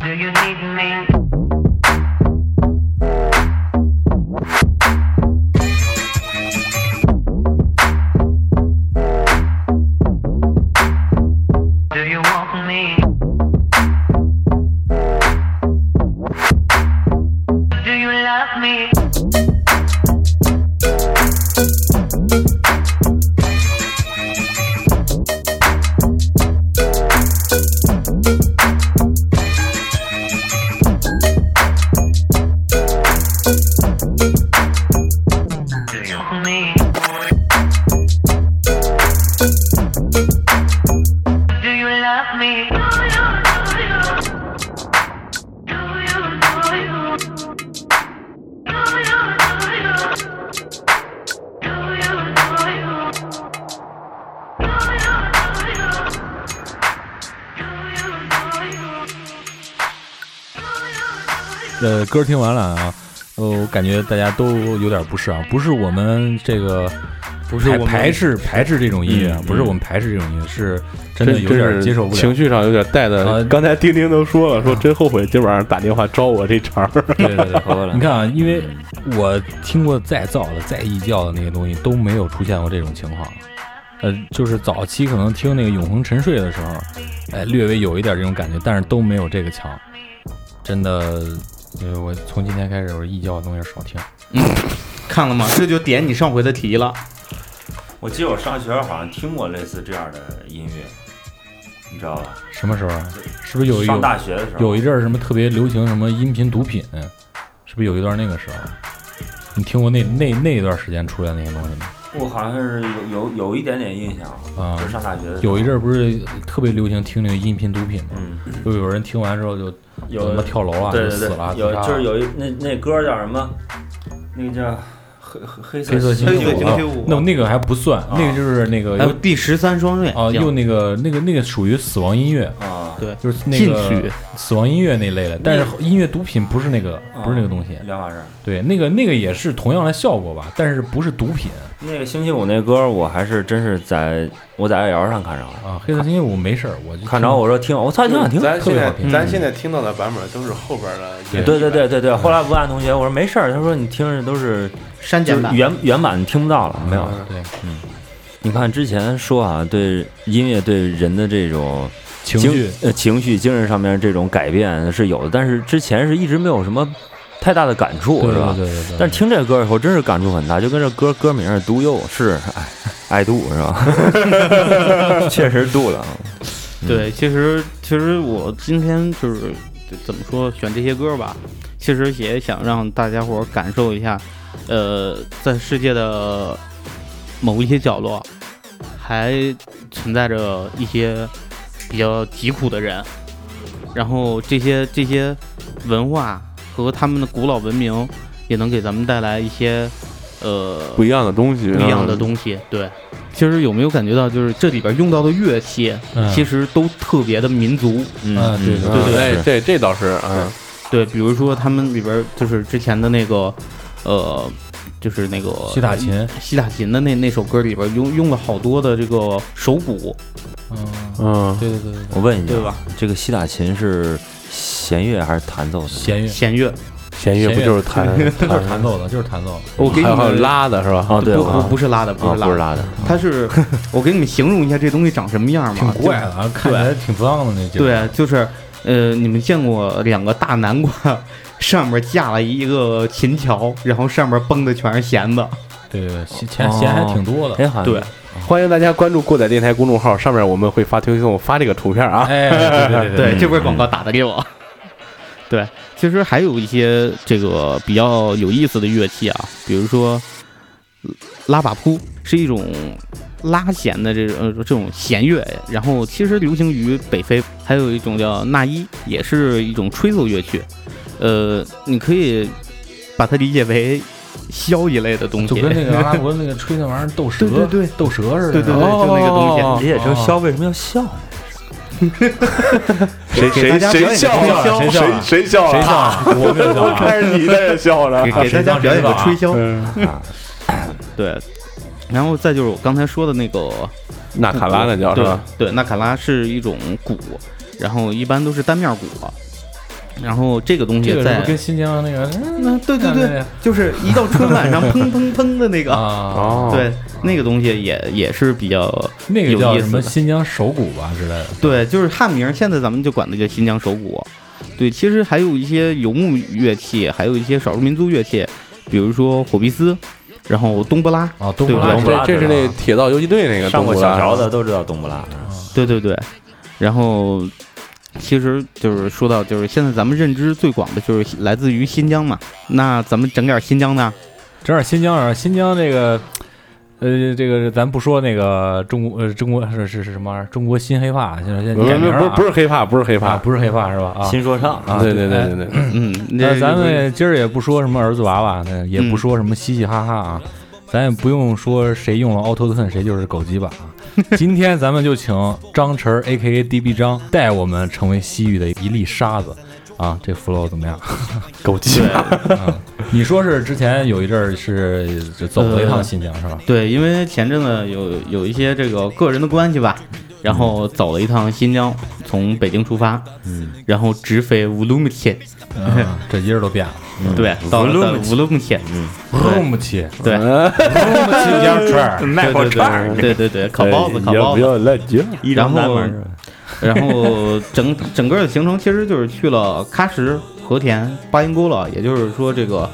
S8: Do you need me? Do you want me? Do you love me? Do you want me? Do you love me? Do you, do you? Do you, do you? Do you, do you? Do you, do you? Do you, do you? Do you, do you? Do you, do you?
S6: 呃，歌听完了啊，呃，我感觉大家都有点不适啊，不是我们这个
S9: 不是
S6: 排
S9: 我
S6: 排
S9: 们
S6: 斥排斥这种音乐啊，
S4: 嗯
S6: 不是我们排斥这种音乐，是真的有点接受不
S2: 情
S6: 了。
S2: 绪上有点带的。
S6: 啊
S2: 刚才丁丁都说了，说真后悔今晚上打电话招我这茬 儿。
S6: 对 对对，
S4: 好吧了
S6: 你看啊，因为我听过再造的、再异教的那些东西都没有出现过这种情况。呃，就是早期可能听那个《永恒沉睡》的时候，哎，略微有一点这种感觉，但是都没有这个强。真的，呃，我从今天开始，我异教的东西少听。
S5: 看了吗？这就点你上回的题了。
S4: 我记得我上学好像听过类似这样的音乐，你知道吧？
S6: 什么时候啊？是不是有一
S4: 上
S6: 有
S4: 大学的时候，
S6: 有一阵儿什么特别流行什么音频毒品，是不是有一段那个时候？你听过那那那一段时间出来那些东西吗？
S4: 我好像是有有有一点点印象，
S6: 啊
S4: 就上大学的时候
S6: 有一阵儿不是特别流行听那个音频毒品吗？
S4: 嗯，
S6: 就有人听完之后就
S4: 有
S6: 怎么跳楼啊
S4: 对
S6: 就
S4: 对
S6: 死
S4: 对，
S6: 了自
S4: 有
S6: 杀
S4: 就是有一那那歌叫什么？那个叫黑黑黑
S6: 黑色星
S5: 黑
S6: 期
S5: 色
S6: 五
S4: 啊
S5: 星期五
S6: 那那个还不算，那个就是那个
S5: 还有
S6: 有
S5: 第十三双眼
S6: 啊，又那个那个那个属于死亡音乐，
S4: 啊，
S5: 对，
S6: 就是那
S5: 禁
S6: 个
S5: 曲
S6: 死亡音乐那类的，但是音乐毒品不是那个
S4: 啊
S6: 不是那个东西，
S4: 两码事儿。
S6: 对，那个那个也是同样的效果吧，但是不是毒品
S4: 那个星期五那歌，我还是真是在我在爱瑶上看着了，
S6: 啊。黑色星期五没事儿，我就
S4: 看着我说听，我操，挺好听。
S2: 咱
S6: 特
S2: 现
S6: 别好
S2: 在
S6: 听
S2: 咱现在听到的版本都是后边的音乐
S4: 对对对对对，后来文案同学我说没事儿，他说你听着都是
S5: 删
S4: 就
S5: 减
S4: 是
S5: 版。
S4: 原原版听不到了，没有。
S6: 对
S4: 你看之前说啊，对音乐对人的这种
S6: 情绪
S4: 呃情绪、精神上面这种改变是有的，但是之前是一直没有什么太大的感触，
S6: 对
S4: 是吧？
S6: 对对对对，
S4: 但是听这歌以后，真是感触很大，就跟这歌歌名儿“独忧”是哎，爱度是吧？ 确实度了，
S2: 嗯
S5: 对，其实其实我今天就是怎么说选这些歌吧，其实也想让大家伙儿感受一下，呃，在世界的某一些角落，还存在着一些比较疾苦的人，然后这些这些文化和他们的古老文明，也能给咱们带来一些呃
S2: 不一样的东西，嗯
S5: 不一样的东西。对，其实有没有感觉到，就是这里边用到的乐器，
S6: 嗯
S5: 其实都特别的民族。
S6: 啊对对
S2: 嗯。
S5: 对
S2: 哎这这倒是啊，
S5: 对，比如说他们里边就是之前的那个，呃，就是那个
S6: 西塔琴，
S5: 西塔琴的那那首歌里边用用了好多的这个手鼓，
S6: 嗯，
S2: 嗯，
S6: 对对对对，
S4: 我问一下，
S5: 对吧？
S4: 这个西塔琴是弦乐还是弹奏的？
S6: 弦乐
S5: 弦乐。
S2: 弦乐不就是 弹
S6: 就是
S2: 弹
S6: 弹奏的，就是弹奏的，
S5: 我给你
S2: 还有还有
S5: 们
S2: 拉的是吧？
S4: 啊，对，
S5: 不
S4: 我
S5: 不不是拉的，不
S4: 啊
S5: 是拉
S4: 不是
S5: 的，
S4: 拉的，
S5: 它是 我给你们形容一下这东西长什么样嘛？
S6: 挺怪的啊，看起来挺脏的那劲儿。
S5: 对，就是呃，你们见过两个大南瓜上面架了一个琴桥，然后上面绷的全是弦子。
S6: 对对对，钱钱还挺多的。
S4: 哎，好像
S5: 对，
S6: 嗯
S2: 欢迎大家关注过载电台公众号，上面我们会发推送，发这个图片啊。
S6: 哎，对对
S5: 对，这波广告打的给我。 对，其实还有一些这个比较有意思的乐器啊，比如说拉把扑是一种拉弦的这种呃这种弦乐，然后其实流行于北非，还有一种叫纳伊，也是一种吹奏乐曲。呃，你可以把它理解为箫一类的东西，
S6: 就跟那个阿拉伯那个吹那玩意儿斗蛇，
S5: 对对对
S6: 斗蛇似 的。
S5: 对对
S6: 啊
S5: 对，就那个东西。
S2: 哦
S4: 理解成箫为什么要笑呢？
S2: 谁
S6: 哎
S2: 谁谁笑了？谁谁谁笑
S6: 谁
S2: 了？
S6: 上啊？我没有上啊。
S2: 开始你在这笑了
S5: 给。给大家表演个吹箫，
S4: 啊
S5: 对。然后再就是我刚才说的那个
S2: 纳卡拉那
S6: 啊
S2: 叫是
S5: 对
S2: 吧？
S5: 对，纳卡拉是一种鼓，然后一般都是单面鼓，然后这个东西
S6: 这个是
S5: 在
S6: 不是跟啊新疆那个
S5: 嗯对对对，就是一到春晚上砰砰砰的那个，
S6: 啊，
S2: 哦，
S5: 对，那个东西也也是比较
S6: 那个
S5: 有
S6: 叫
S5: 意
S6: 什
S5: 思
S6: 么
S5: 的
S6: 新疆手鼓吧之类的。
S5: 对，就是汉名，现在咱们就管它叫新疆手鼓。对，其实还有一些游牧乐器，还有一些少数民族乐器，比如说火比斯，然后东布拉，
S6: 啊，东
S5: 对
S6: 拉
S5: 东
S6: 这
S4: 布拉
S2: 这这是那铁道游击队那个
S4: 上过
S2: 东
S4: 小
S2: 拉
S4: 乔
S3: 啊
S4: 的都知道冬不拉，
S5: 对对对，然后其实就是说到就是现在咱们认知最广的就是来自于新疆嘛，那咱们整点新疆的，
S6: 正好新疆啊，新疆这个，呃，这个咱不说那个中国，呃，中国是是是什么玩意儿？中国新黑怕，现在现在
S2: 不
S6: 改名
S2: 不
S6: 儿
S2: 不
S6: 了
S2: 不是黑怕，不是黑
S6: 啊啊，
S2: 怕。
S6: 不是黑怕是吧？啊
S4: 新说唱
S6: 啊，
S2: 对对对
S6: 哎
S2: 对对对，
S5: 嗯，
S6: 那
S5: 那
S6: 咱们今儿也不说什么儿子娃娃，那也
S5: 嗯
S6: 不说什么嘻嘻哈哈啊，咱也不用说谁用了 Auto Tune 谁就是狗鸡巴啊。今天咱们就请张晨 A K A D B 张带我们成为西域的一粒沙子啊，这 flow 怎么样？
S2: 狗鸡巴，
S6: 啊你说是之前有一阵儿是就走了一趟新疆是吧？
S5: 对，因为前阵子有有一些这个个人的关系吧，然后走了一趟新疆，从北京出发，嗯，然后直飞乌鲁木齐，
S6: 嗯，这一日都变了。
S5: 对，到了到嗯乌鲁木齐，
S6: Room 气
S5: 对，
S6: ，Room 新疆
S2: 呃
S6: 串儿，
S5: 卖火哎串，对对对，烤包子，烤包
S2: 也不
S5: 子，
S2: 要乱讲。
S5: 然后 然后整整个的行程其实就是去了喀什、和田、巴音郭勒，也就是说这个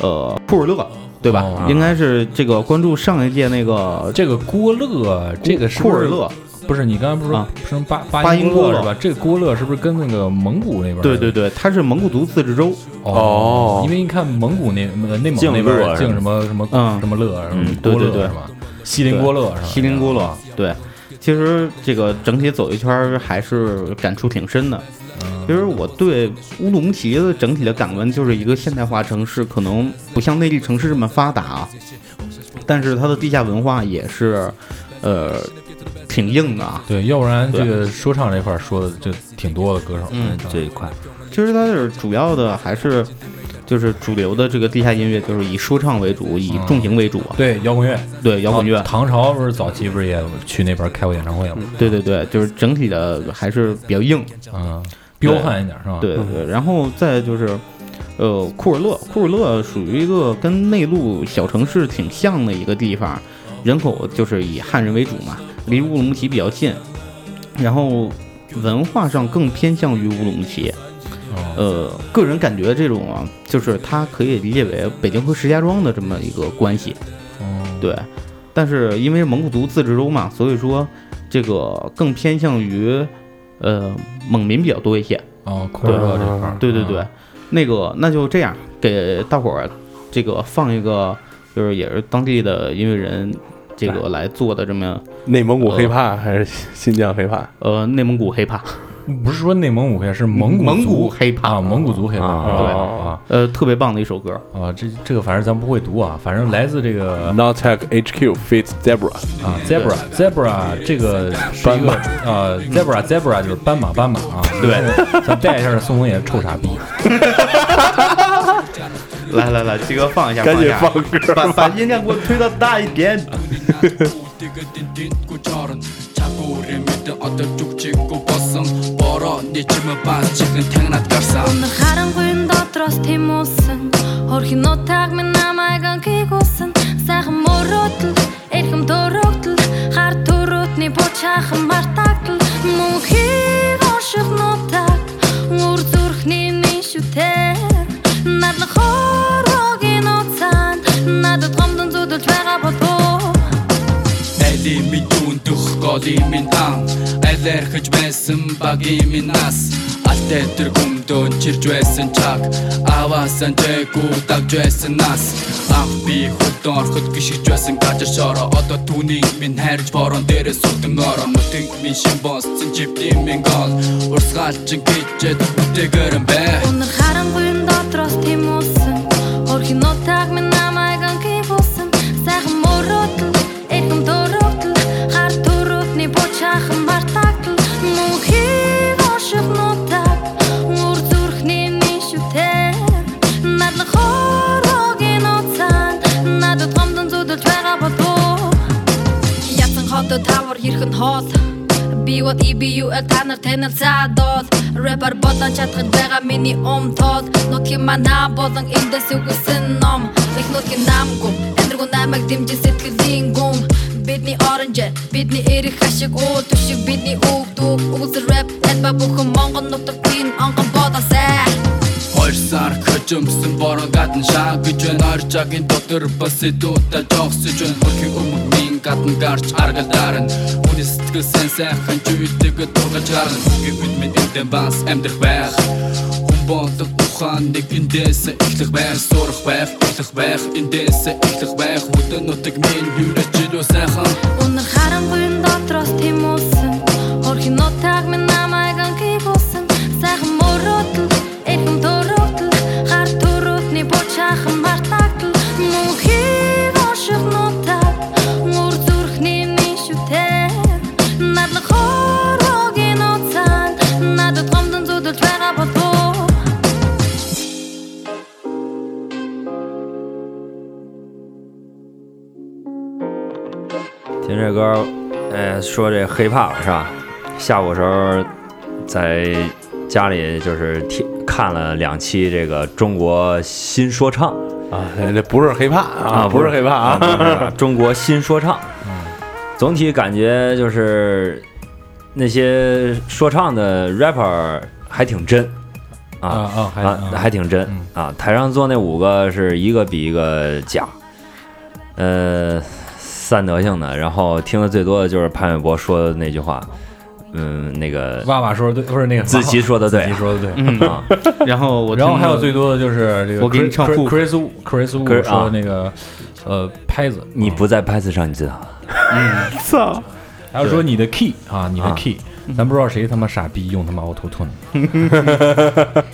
S5: 呃库尔勒，对吧？
S6: 哦
S5: 应该是这个关注上一届那个
S6: 这个郭勒，这个是
S5: 库
S6: 不
S5: 尔
S6: 是
S5: 勒，
S6: 不是你刚才不是说
S5: 啊
S6: 什么巴
S5: 巴
S6: 音
S5: 音
S6: 郭
S5: 郭
S6: 勒
S5: 勒
S6: 是吧？这个郭勒是不是跟那个蒙古那边儿？
S5: 对对对，它是蒙古族自治州，
S6: 哦，因为你看蒙古那呃内蒙
S4: 净
S6: 那边
S4: 勒是
S6: 儿
S4: 吧
S6: 净什么什么
S5: 嗯
S6: 什么勒什么
S4: 嗯
S6: 郭
S5: 对
S6: 勒
S5: 对对
S6: 是吧？锡林郭勒是吧？
S5: 锡林郭勒。对，其实这个整体走一圈儿还是感触挺深的。其实我对乌鲁木齐的整体的感官就是一个现代化城市，可能不像内地城市这么发达啊，但是它的地下文化也是，呃，挺硬的啊。
S6: 对，要不然这
S5: 对
S6: 个说唱这块儿说的就挺多的歌手，
S5: 嗯
S4: 这一块，
S5: 其实它是主要的还是就是主流的这个地下音乐，就是以说唱为主，以重型为主啊。
S6: 对哦摇滚乐，啊
S5: 对，摇滚乐。
S6: 唐朝不是早期不是也去那边儿开过演唱会吗？
S5: 对对对，就是整体的还是比较硬，
S6: 嗯，彪悍一点是吧？
S5: 对对对，然后再就是，呃，库尔勒，库尔勒属于一个跟内陆小城市挺像的一个地方，人口就是以汉人为主嘛，离乌鲁木齐比较近，然后文化上更偏向于乌鲁木齐。
S6: 哦，
S5: 呃，个人感觉这种啊，就是它可以理解为北京和石家庄的这么一个关系。
S6: 嗯，
S5: 对，但是因为蒙古族自治州嘛，所以说这个更偏向于呃蒙民比较多一些。
S6: 哦，库尔勒这块儿，
S5: 对对
S6: 嗯
S5: 对，，那个那就这样，给大伙儿这个放一个，就是也是当地的音乐人这个来做的这么
S2: 内蒙古黑怕还是新疆黑怕？
S5: 呃内蒙古黑怕，
S6: 不是说内蒙古黑，是 蒙古
S5: 蒙古
S6: 族
S5: 黑怕
S6: 啊，蒙古族黑吧
S4: 啊
S6: 啊
S5: 对
S6: 啊
S5: 呃特别棒的一首歌，
S6: 啊，这这个反正咱不会读啊，反正来自这个
S2: n o t e c HQ fits Zebra，
S6: 啊，zebra zebra 这个是一个啊，zebra zebra 就是斑马斑马啊，对，咱带一下宋冬野臭傻逼，
S5: 来来来，鸡哥放一下，
S2: 赶紧
S5: 放
S2: 放
S5: 一下，把把音量给我推到大一 点，
S7: Өнөр харангуйн дотроос тэм уусан Хөрхийн утааг минь намайг ангигуулсан Сайхан мөрөөдөл, эрхэм төрөгдөл Хар төрөөдний бууж хаахан мартагдал Мөнхийг орших нутаг Үр зүрхний минь шүтээр Нарны хорогийн уцаан Надад гомдон зүдэлж байгаа болов
S9: Эли минь дүүн дөх голи минь дан Алэрхэж байсан баги минь нас Алтай тэр гүмдөөн чирж байсан чаг Аваасан жэгүү давж байсан нас Анх би хөдөн ороход гიშгж байсан газар шороо Одоо түүний минь хайрж борон дээрээ сүрдэн ороо Мөтөнг минь шин бонцсон живлийн минь гол Урсгаалчин гэжээд бүтээгэрэн бай
S7: Өнөр харангуйн дотроос тэм уусан Хөрхийн утааг минь намайг ангигуулсан Сайхан мөрөөдөл, эрхэм төрөгдөл Хар төрөөдний бууж хаахан мартагдал Мөнхийг орших нутаг Үр зүрхний минь шүтээр Надлах хорогийн уцаан Надад гомдон зүдэлж байгаа болов Ятсан хотод тавар хэрхэн хоол Би E вот EBUL та нар танилцаад бол Рэпер болон чадхад байгаа миний өмтол Нутгийн мана болон эндээс үгсэн ном Их нутгийн намгүй Эндргүү намайг дэмжин сэтгэлийн гүм Бидний оранже, бидний эрэх ашиг уу Түшиг бидний үг дүүг Үгс рэп Эдба бүхэн монгон нутаг бин онгон бодосай
S9: Хоёр сар хөжөмсөн борон гадна шаа гэж байна Хоёр жагийн дотор бас идүүтэ жоохсэж байна Хөрхийн өмг мин гадна гарч аргалдарна Хүний сэтгэл сэн сайхан жүйтэгэ дургаж гарна Бүгийн үд минь эндэн бас амьдрах байх Хүн болдог ухаан нэг эндээс эхлэх байх Сурах байх, эхлэх байх, эндээс эхлэх байх Хөдөө нутаг минь юрэч илүү сайхан
S7: Өнөр харангуйн дотроос тэм уусан Хөрхийн нутаг минь намайг ангигуулсан Сайхан мөрөөдөл, эрхэм төрөгдөл Хар төрөөдний бууж хаахан мартагдал Мөнхийг орших нутаг Үр зүрхний минь шүтээр Надлах хорогийн уцаан Надад гомдон зүдэлж байгаа болов
S4: 听这歌，呃，说这 hiphop 是吧？下午时候在家里就是听看了两期这个中国新说唱
S2: 啊，这不是黑怕啊，不是黑怕
S4: 不是
S2: 啊，
S4: 啊中国新说唱。总体感觉就是那些说唱的 rapper 还挺真
S6: 啊
S4: 啊
S6: 啊，还
S4: 啊，还挺真
S6: 嗯
S4: 啊。台上坐那五个是一个比一个假，呃，散德性的。然后听的最多的就是潘玮柏说的那句话，嗯，那个
S6: 哇哇说的对，不是那个
S4: 子琪说的对
S6: 自己说的对。
S5: 嗯，
S4: 啊，
S5: 然后我
S6: 然后还有
S5: 听
S6: 最多的就是这个，
S5: 我给你唱
S6: Chris-
S5: hook
S6: Chris Wu- Chris Wu
S4: 可是
S6: 说
S4: 啊
S6: 的那个，呃，拍子，
S4: 你
S6: 嗯
S4: 不在拍子上，你知道吗？
S2: 操！
S6: 还有说你的 key 啊，你的
S4: 啊
S6: key，咱不知道谁他妈傻逼用他妈 auto tune，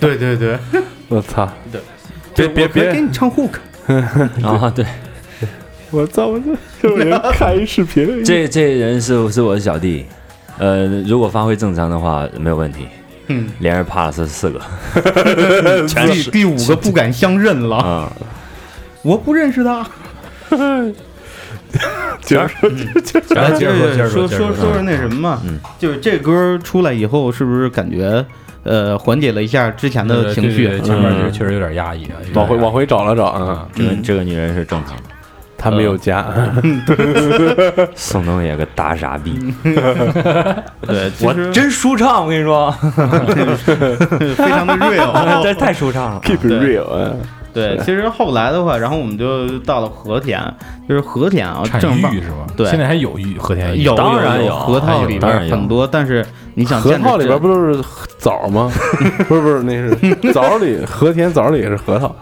S5: 对对对，
S2: 我操！
S5: 别
S2: 别别
S5: 给你唱 hook，
S4: 啊，对，
S2: 我操！我这有人看一视频，
S4: 这这人是是我的小弟，呃，如果发挥正常的话没有问题。
S5: 嗯，
S4: 连着趴了四四 个全
S5: 第
S4: 是
S5: 第五个不敢相认了，
S4: 啊，
S5: 我不认识他。
S2: 接着说
S6: 然后接着说啊接着
S5: 哎说
S6: 接着
S5: 说说说那什么嘛，就是这歌出来以后，是不是感觉呃缓解了一下之前
S6: 对
S5: 的
S6: 对
S5: 情
S6: 对对
S5: 绪？
S6: 前面这个确实有点压抑啊，有点
S2: 往回
S6: 压抑
S2: 往回找了找啊，
S4: 哎这个这个女人是正常的。
S2: 他没有加，
S4: 宋冬野个大傻逼，
S5: 对，其
S4: 我
S5: 实
S4: 真舒畅，我跟你 说，
S5: 非常 的
S4: 这
S5: real。
S4: 太舒畅 了。
S2: keep it real 啊。
S5: 对，其实后来的话，然后我们就到了和田，就是和田啊，
S6: 产
S5: 正棒
S6: 玉是吧？
S5: 对
S6: 现在还有玉和田玉
S5: 有
S4: 当然
S5: 有
S4: 有
S5: 核
S4: 还
S5: 桃
S4: 有
S5: 里
S4: 当
S5: 边
S4: 然有
S5: 很多，但是你想
S2: 核
S5: 见着
S2: 桃里边
S5: 真
S2: 不都是枣吗？不是不是，那是枣里和田枣里也是核桃。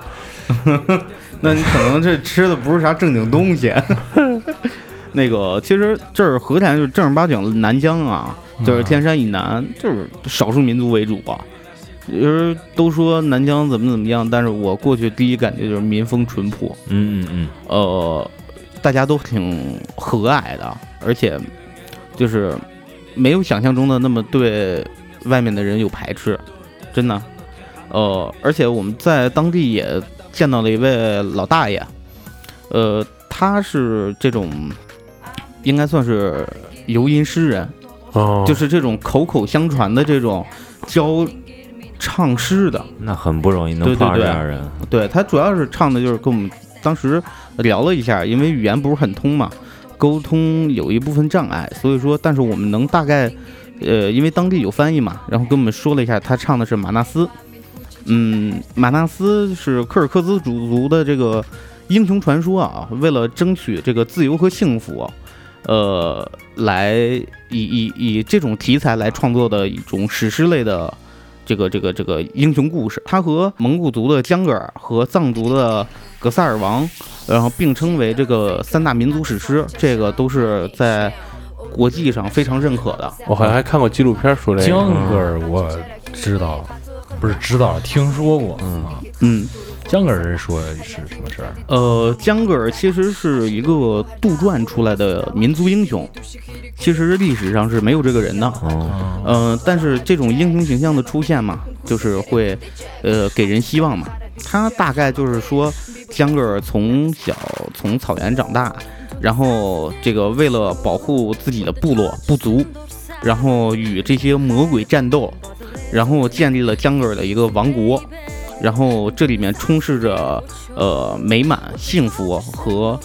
S5: 那你可能这吃的不是啥正经东西。那个，其实这儿和田就是正儿八经的南疆啊，就是天山以南，就是少数民族为主啊。就是都说南疆怎么怎么样，但是我过去第一感觉就是民风淳朴，
S4: 嗯嗯嗯，
S5: 呃，大家都挺和蔼的，而且就是没有想象中的那么对外面的人有排斥，真的。呃，而且我们在当地也见到了一位老大爷，呃，他是这种应该算是游吟诗人，
S2: 哦
S5: 就是这种口口相传的这种教唱诗的。
S4: 嗯那很不容易能
S5: 对对
S4: 碰上这
S5: 对
S4: 样的人。
S5: 对他主要是唱的就是跟我们当时聊了一下，因为语言不是很通嘛，沟通有一部分障碍，所以说，但是我们能大概，呃，因为当地有翻译嘛，然后跟我们说了一下，他唱的是马纳斯，嗯，马纳斯是柯尔克孜族族的这个英雄传说啊，为了争取这个自由和幸福。啊呃，来以以以这种题材来创作的一种史诗类的这个这个这个英雄故事，他和蒙古族的江格尔和藏族的格萨尔王，然后并称为这个三大民族史诗，这个都是在国际上非常认可的。
S2: 我好像还看过纪录片说这个。
S6: 江格尔我知道，不是知道，听说过啊。
S5: 嗯，
S6: 江格尔人说是什么事儿？
S5: 呃，江格尔其实是一个杜撰出来的民族英雄，其实历史上是没有这个人的。
S4: 哦，
S5: 呃，但是这种英雄形象的出现嘛，就是会，呃，给人希望嘛。他大概就是说，江格尔从小从草原长大，然后这个为了保护自己的部落部族，然后与这些魔鬼战斗，然后建立了江格尔的一个王国，然后这里面充斥着呃美满、幸福和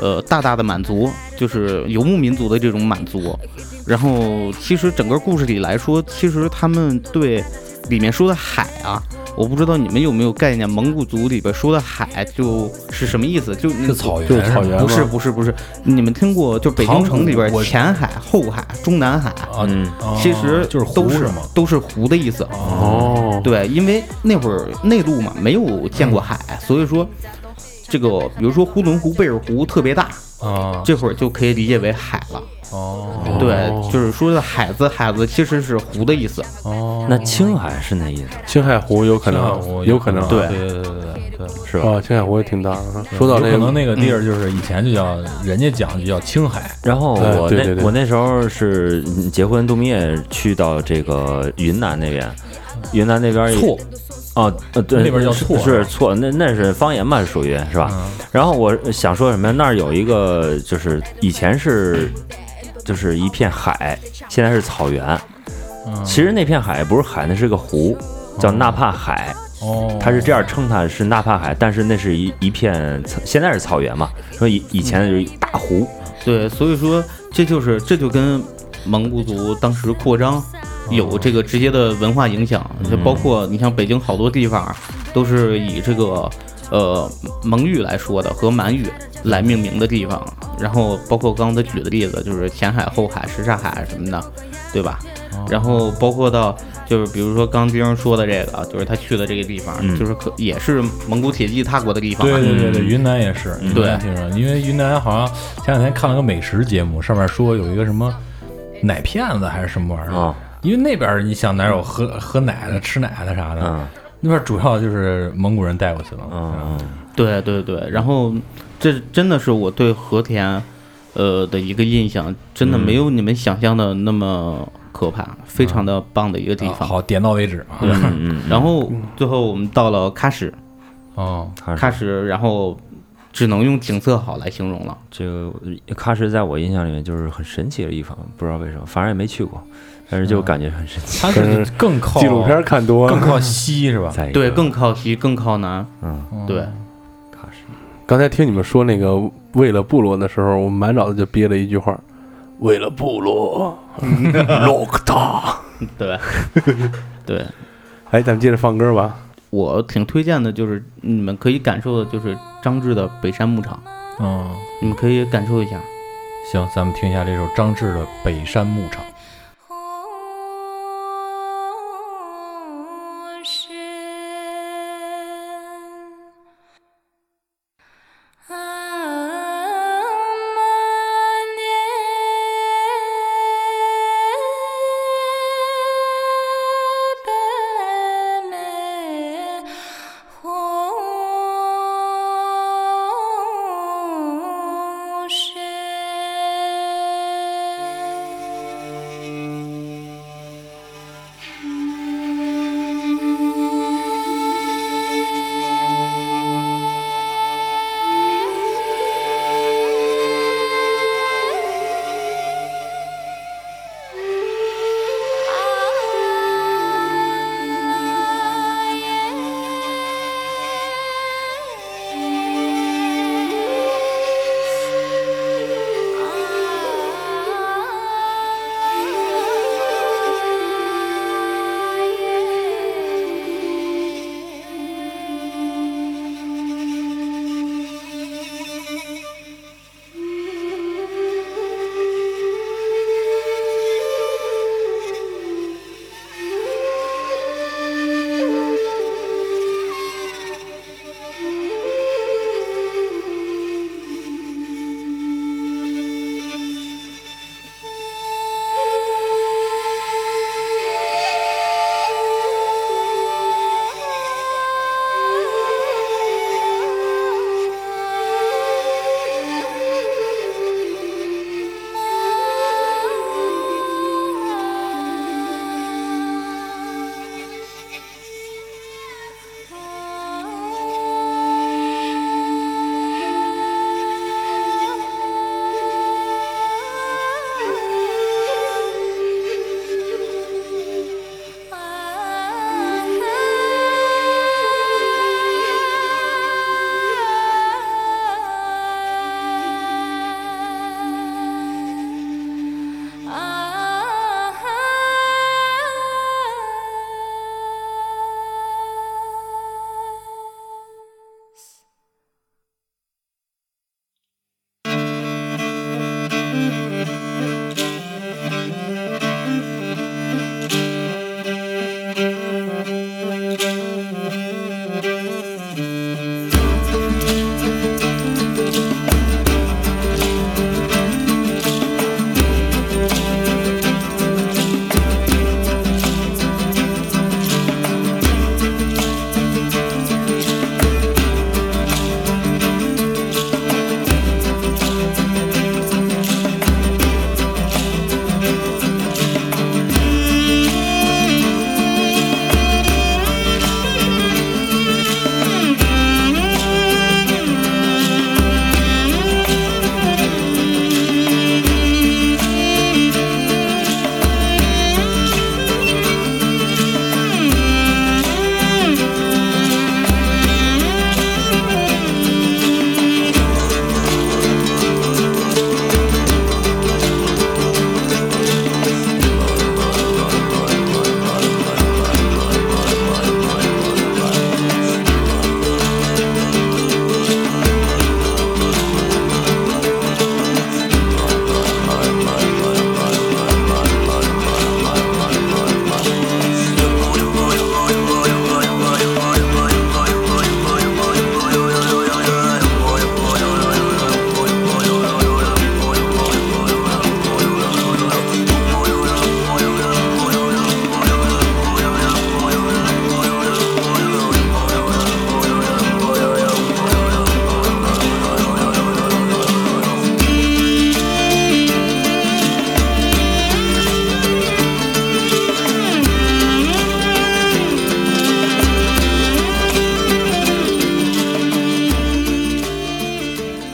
S5: 呃大大的满足，就是游牧民族的这种满足。然后其实整个故事里来说，其实他们对里面说的海啊，我不知道你们有没有概念，蒙古族里边说的海就是什么意思？就是
S6: 是草原，
S2: 就是草原
S5: 不是不是不是，你们听过就北京城里边
S6: 唐古我
S5: 前海、后海、中南海，
S6: 啊
S4: 嗯，
S6: 啊
S5: 其实
S6: 就是
S5: 都
S6: 湖
S5: 是
S6: 吗？
S5: 都是湖的意思。
S2: 哦，
S5: 对，因为那会儿内陆嘛，没有见过海，
S6: 嗯
S5: 所以说这个比如说呼伦湖、贝尔湖特别大，
S6: 啊，
S5: 这会儿就可以理解为海了。
S6: 哦
S5: 对，就是说的海字，海字其实是湖的意思。
S6: 哦，
S4: 那青海是那意思
S2: 青海湖有可
S6: 啊
S2: 能，
S6: 我
S2: 有可能。
S5: 对
S6: 对对对对对，
S4: 是吧？
S2: 哦，青海湖也挺大的。说到
S6: 有
S2: 这
S6: 可能
S2: 个，
S6: 那个地儿就是以前就叫人家讲就叫青海，
S4: 然后
S2: 哎
S4: 我
S2: 对
S4: 那
S2: 对对
S4: 我那时候是嗯结婚度蜜月去到这个云南那边，云南那边也
S6: 错
S4: 哦，呃，对，
S6: 那边叫错啊嗯
S4: 是是错，那那是方言嘛，属于是吧？然后我想说什么呀？那儿有一个，就是以前是就是一片海，现在是草原。
S6: 嗯
S4: 其实那片海不是海，那是个湖，叫纳帕海。
S6: 哦，
S4: 它是这样称它是纳帕海，但是那是一一片草，现在是草原嘛，说以以前就是一大湖。
S5: 对，所以说这就是这就跟蒙古族当时扩张有这个直接的文化影响，就包括你像北京好多地方都是以这个呃蒙语来说的和满语来命名的地方，然后包括刚才举的例子就是前海、后海、什刹海什么的，对吧？
S6: 哦
S5: 然后包括到就是比如说刚丁说的这个，啊就是他去的这个地方，就是可也是蒙古铁骑踏过的地方嘛，
S6: 嗯对对对对，云南也是，云
S5: 对
S6: 南听说，因为云南好像前两天看了个美食节目，上面说有一个什么奶片子还是什么玩意儿，
S4: 哦
S6: 因为那边儿你想哪有喝喝奶的、吃奶的啥的，
S4: 嗯
S6: 那边儿主要就是蒙古人带过去啊了，
S4: 嗯，嗯
S5: 对对对，然后这真的是我对和田，呃的一个印象，真的没有你们想象的那么可怕，非常的棒的一个地
S6: 啊
S5: 方。
S6: 好点到为止啊，
S4: 嗯嗯
S5: 然后最后我们到了喀什，
S6: 哦，
S4: 喀什
S5: 喀什，然后只能用景色好来形容了。
S4: 这个喀什在我印象里面就是很神奇的地方，不知道为什么，反正也没去过，但是就感觉很神奇。
S6: 它是更靠
S2: 纪录片看多
S6: 更
S2: 了。
S6: 靠西是吧？
S4: 在一
S5: 对，
S4: 个
S5: 更靠西，更靠南。
S6: 哦
S4: 嗯
S5: 对，
S4: 喀什，
S2: 刚才听你们说那个为了部落的时候，我满脑子就憋了一句话：为了部落，lock 他。
S5: 对，对。
S2: 哎，咱们接着放歌吧。
S5: 我挺推荐的，就是你们可以感受的，就是张志的《北山牧场》，
S6: 嗯，
S5: 你们可以感受一下。
S6: 行，咱们听一下这首张志的《北山牧场》。
S7: 红深阿玛涅。红深。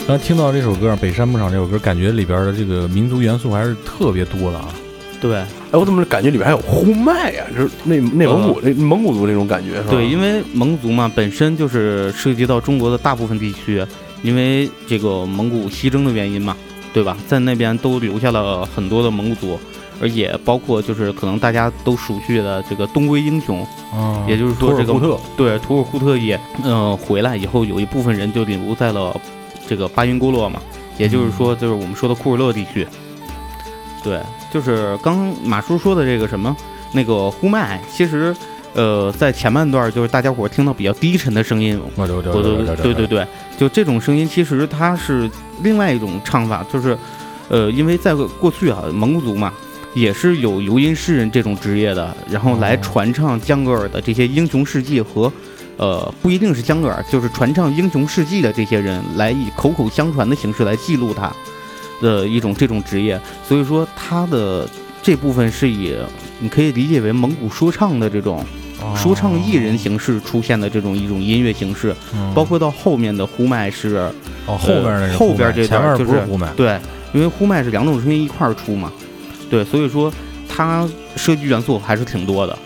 S6: 刚才听到这首歌《北山牧场》这首歌，感觉里边的这个民族元素还是特别多的啊。
S5: 对
S2: 哎，我怎么感觉里边还有呼麦呀、就是内内蒙古、那蒙古族那种感觉是吧？
S5: 对，因为蒙族嘛，本身就是涉及到中国的大部分地区，因为这个蒙古西征的原因嘛，对吧？在那边都留下了很多的蒙古族，而也包括就是可能大家都熟悉的这个东归英雄，
S6: 啊
S5: 也就是说这个
S6: 土特，
S5: 对，图尔扈特也嗯、呃回来以后，有一部分人就留在了这个巴音郭洛嘛，也就是说，就是我们说的库尔勒地区。对，就是刚马叔说的这个什么那个呼麦，其实呃，在前半段就是大家伙儿听到比较低沉的声音，
S6: 我哦对对
S5: 我都
S6: 对
S5: 对对对，就这种声音其实它是另外一种唱法，就是呃，因为在过去啊，蒙古族嘛。也是有游吟诗人这种职业的，然后来传唱江格尔的这些英雄事迹和，呃，不一定是江格尔，就是传唱英雄事迹的这些人，来以口口相传的形式来记录他的一种这种职业。所以说，他的这部分是以你可以理解为蒙古说唱的这种
S6: 哦
S5: 说唱艺人形式出现的这种一种音乐形式。
S6: 嗯
S5: 包括到后面的呼麦是，
S6: 哦后边那个
S5: 后边这
S6: 前
S5: 段
S6: 面
S5: 就是
S6: 不是呼麦，
S5: 对，因为呼麦是两种声音一块儿出嘛，对，所以说它设计元素还是挺多的。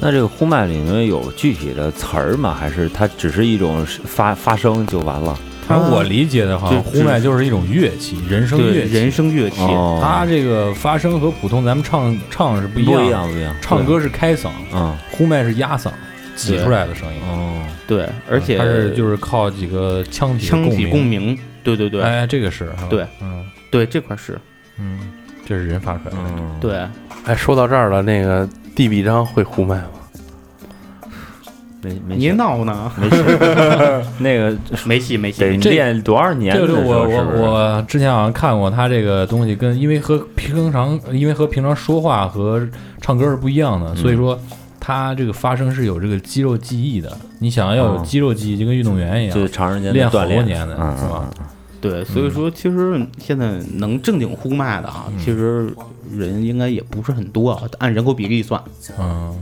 S4: 那这个呼麦里面有具体的词儿吗？还是它只是一种发发声就完了？
S6: 反正我理解的哈，
S5: 就
S6: 呼麦就是一种乐器，人声
S5: 对，
S6: 乐器。
S5: 人声乐器，
S6: 它这个发声和普通咱们唱唱哦是不
S4: 不
S6: 一样的，
S4: 一样，不一样。
S6: 唱歌是开嗓，
S4: 嗯，
S6: 呼麦是压嗓挤出来的声音，
S4: 哦，
S5: 对，嗯而且
S6: 它是就是靠几个腔体的
S5: 腔体共
S6: 鸣。
S5: 鸣，对对对，
S6: 哎，这个是啊
S5: 对，
S6: 嗯
S5: 对这块是，
S6: 嗯，这是人发出来的。
S4: 嗯，
S5: 对，
S2: 哎，说到这儿了，那个地比章会呼麦吗？
S4: 没没
S5: 你
S4: 事
S5: 闹呢？
S4: 没事，那个
S5: 没戏没戏
S4: 得，练多少年
S6: 这
S4: 的
S6: 个
S4: 时
S6: 是
S4: 候？
S6: 我我
S4: 是不是
S6: 我之前好像看过，他这个东西跟因为和平常因为和平常说话和唱歌是不一样
S4: 嗯
S6: 的，所以说他这个发声是有这个肌肉记忆的。你想要有
S4: 嗯
S6: 肌肉记忆，就跟运动员一
S4: 就是
S6: 样，
S4: 长时间的
S6: 练好
S4: 锻
S6: 多
S4: 炼
S6: 年的
S4: 嗯
S6: 是吧？
S5: 对，所以说
S6: 嗯
S5: 其实现在能正经呼麦的啊，其实人应该也不是很多啊，按人口比例算，
S6: 嗯，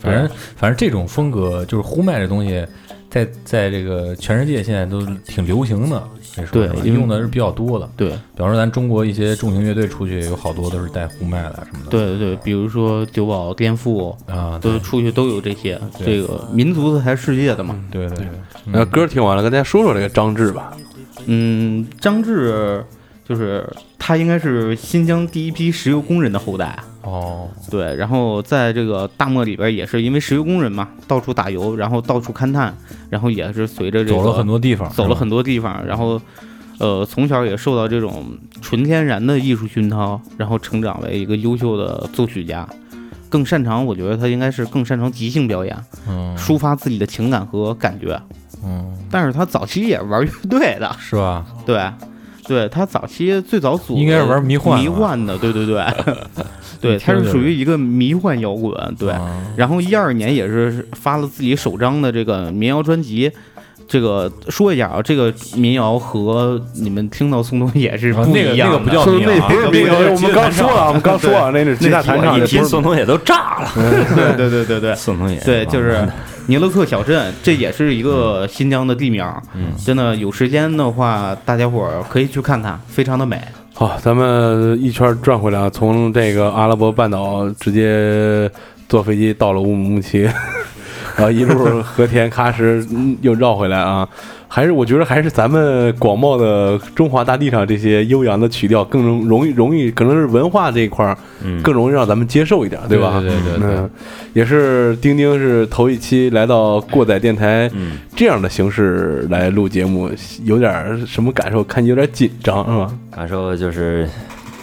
S6: 反正反正这种风格就是呼麦这东西，在在这个全世界现在都挺流行的，这
S5: 对因为
S6: 用的是比较多的。
S5: 对。
S6: 比方说咱中国一些重型乐队出去，有好多都是带呼麦的什么的。
S5: 对对对，比如说九保、颠覆，
S6: 啊，对
S5: 都出去都有这些。
S6: 对
S5: 这个民族的还是世界的嘛？
S6: 对对对。
S2: 那、歌听完了，跟大家说说这个张志吧。
S5: 嗯，张志就是他应该是新疆第一批石油工人的后代。
S6: 哦，
S5: 对，然后在这个大漠里边也是因为石油工人嘛，到处打油，然后到处勘探，然后也是随着这个
S6: 走了很多地方，
S5: 走了
S6: 是吧
S5: 很多地方，然后呃从小也受到这种纯天然的艺术熏陶，然后成长为一个优秀的作曲家。更擅长，我觉得他应该是更擅长即兴表演，
S6: 嗯
S5: 抒发自己的情感和感觉。
S6: 嗯，
S5: 但是他早期也玩乐队的，
S6: 是吧？
S5: 对，对他早期最早组
S6: 应该是玩迷幻的
S5: 迷幻的，对对 对，对，
S6: 一听
S5: 他是
S6: 就是
S5: 属于一个迷幻摇滚，对。
S6: 啊
S5: 然后一二年也是发了自己首张的这个民谣专辑。这个说一下啊，这个民谣和你们听到宋冬野是不
S6: 哦那个
S5: 一样的。
S6: 那个不叫民谣啊，
S2: 是民谣，我们刚说了，我们刚说了，那是吉他弹唱，
S4: 一
S2: 也
S4: 提
S2: 不是
S4: 宋冬野都炸 了，
S5: 对对对对对，
S4: 宋冬野
S5: 对，就是尼勒克小镇，这也是一个新疆的地名儿。
S2: 嗯
S5: 真的有时间的话，大家伙儿可以去看看，非常 的美。
S2: 好，咱们一圈转回来啊，从这个阿拉伯半岛直接坐飞机到了乌鲁木齐， 然后一路和田喀什嗯又绕回来啊。还是我觉得还是咱们广袤的中华大地上这些悠扬的曲调更容容易容易，可能是文化这一块儿
S4: 嗯
S2: 更容易让咱们接受一点，对吧？
S6: 对对对对
S2: 嗯，也是丁丁是头一期来到过载电台
S4: 嗯
S2: 这样的形式来录节目，有点儿什么感受？看有点紧张是吧？
S4: 感受就是，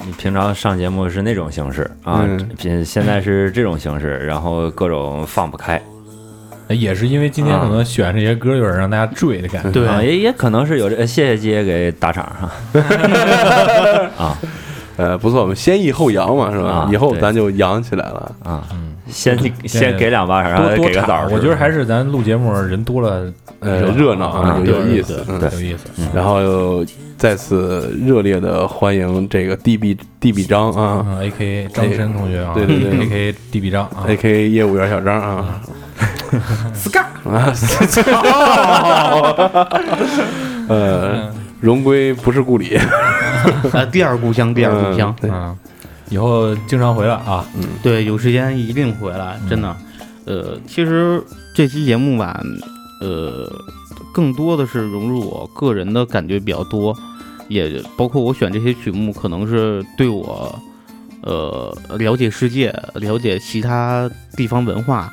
S4: 你平常上节目是那种形式啊
S2: 嗯，
S4: 现现在是这种形式，然后各种放不开，
S6: 也是因为今天可能选这些歌有点让大家坠的感觉。
S5: 对
S4: 啊，也也可能是有这，呃谢谢姐给打赏哈，啊
S2: 呃，不错，我们先抑后扬嘛，是吧？
S4: 啊
S2: 以后
S4: 对
S2: 咱就扬起来了。
S4: 啊，先先给两巴掌，然后
S2: 哎
S6: 多
S4: 再
S6: 多
S4: 给个枣
S6: 场，
S4: 儿，
S6: 我觉得还是咱录节目人多了，
S2: 呃，热闹啊，
S4: 嗯
S2: 有有意思
S6: 对。
S2: 嗯
S4: 对
S6: 有意思。
S2: 然后再次热烈的欢迎这个 D B D B 张啊
S6: 嗯，A K 张申同学啊，
S2: 对对对
S6: ，A K 地比张啊
S2: ，A K 业务员小张啊，
S6: 嗯
S5: Ska，
S6: 嗯
S2: 啊，呃，荣归不是故里。
S5: 啊，第二故乡，第二故乡
S2: 嗯，对
S6: 啊，以后经常回来啊，
S5: 对，有时间一定回来，真的。呃，其实这期节目吧，呃，更多的是融入我个人的感觉比较多，也包括我选这些曲目，可能是对我呃了解世界、了解其他地方文化，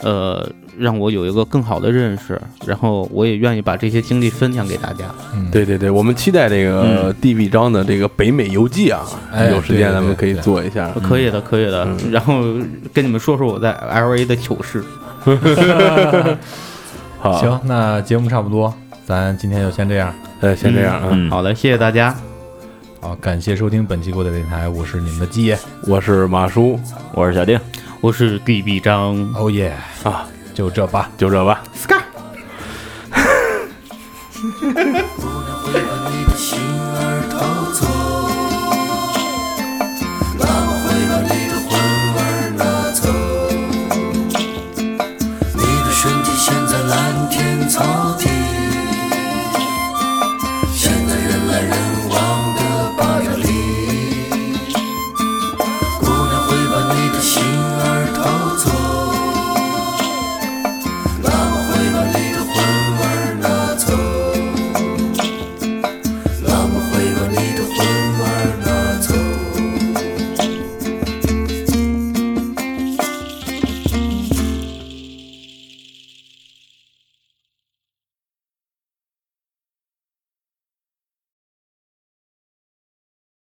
S5: 呃，让我有一个更好的认识，然后我也愿意把这些经历分享给大家。
S6: 嗯，
S2: 对对对，我们期待这个
S5: 嗯
S2: 地壁章的这个北美游记啊，
S6: 哎
S2: 有时间
S6: 对对
S2: 咱们可以
S6: 对
S2: 做一下。
S5: 可以的，可以的。然后跟你们说说我在 L A 的糗事。
S2: 好，，
S6: 行，那节目差不多，咱今天就先这样。
S2: 呃，先这样啊，
S4: 嗯，
S5: 好的，谢谢大家，
S6: 好，感谢收听本期过载电台，我是你们的基爷，
S2: 我是马叔，
S4: 我是小丁。
S5: 我是 D B 张。
S6: 哦耶
S2: 啊，
S6: 就这吧。
S2: 就这吧。
S5: Scar。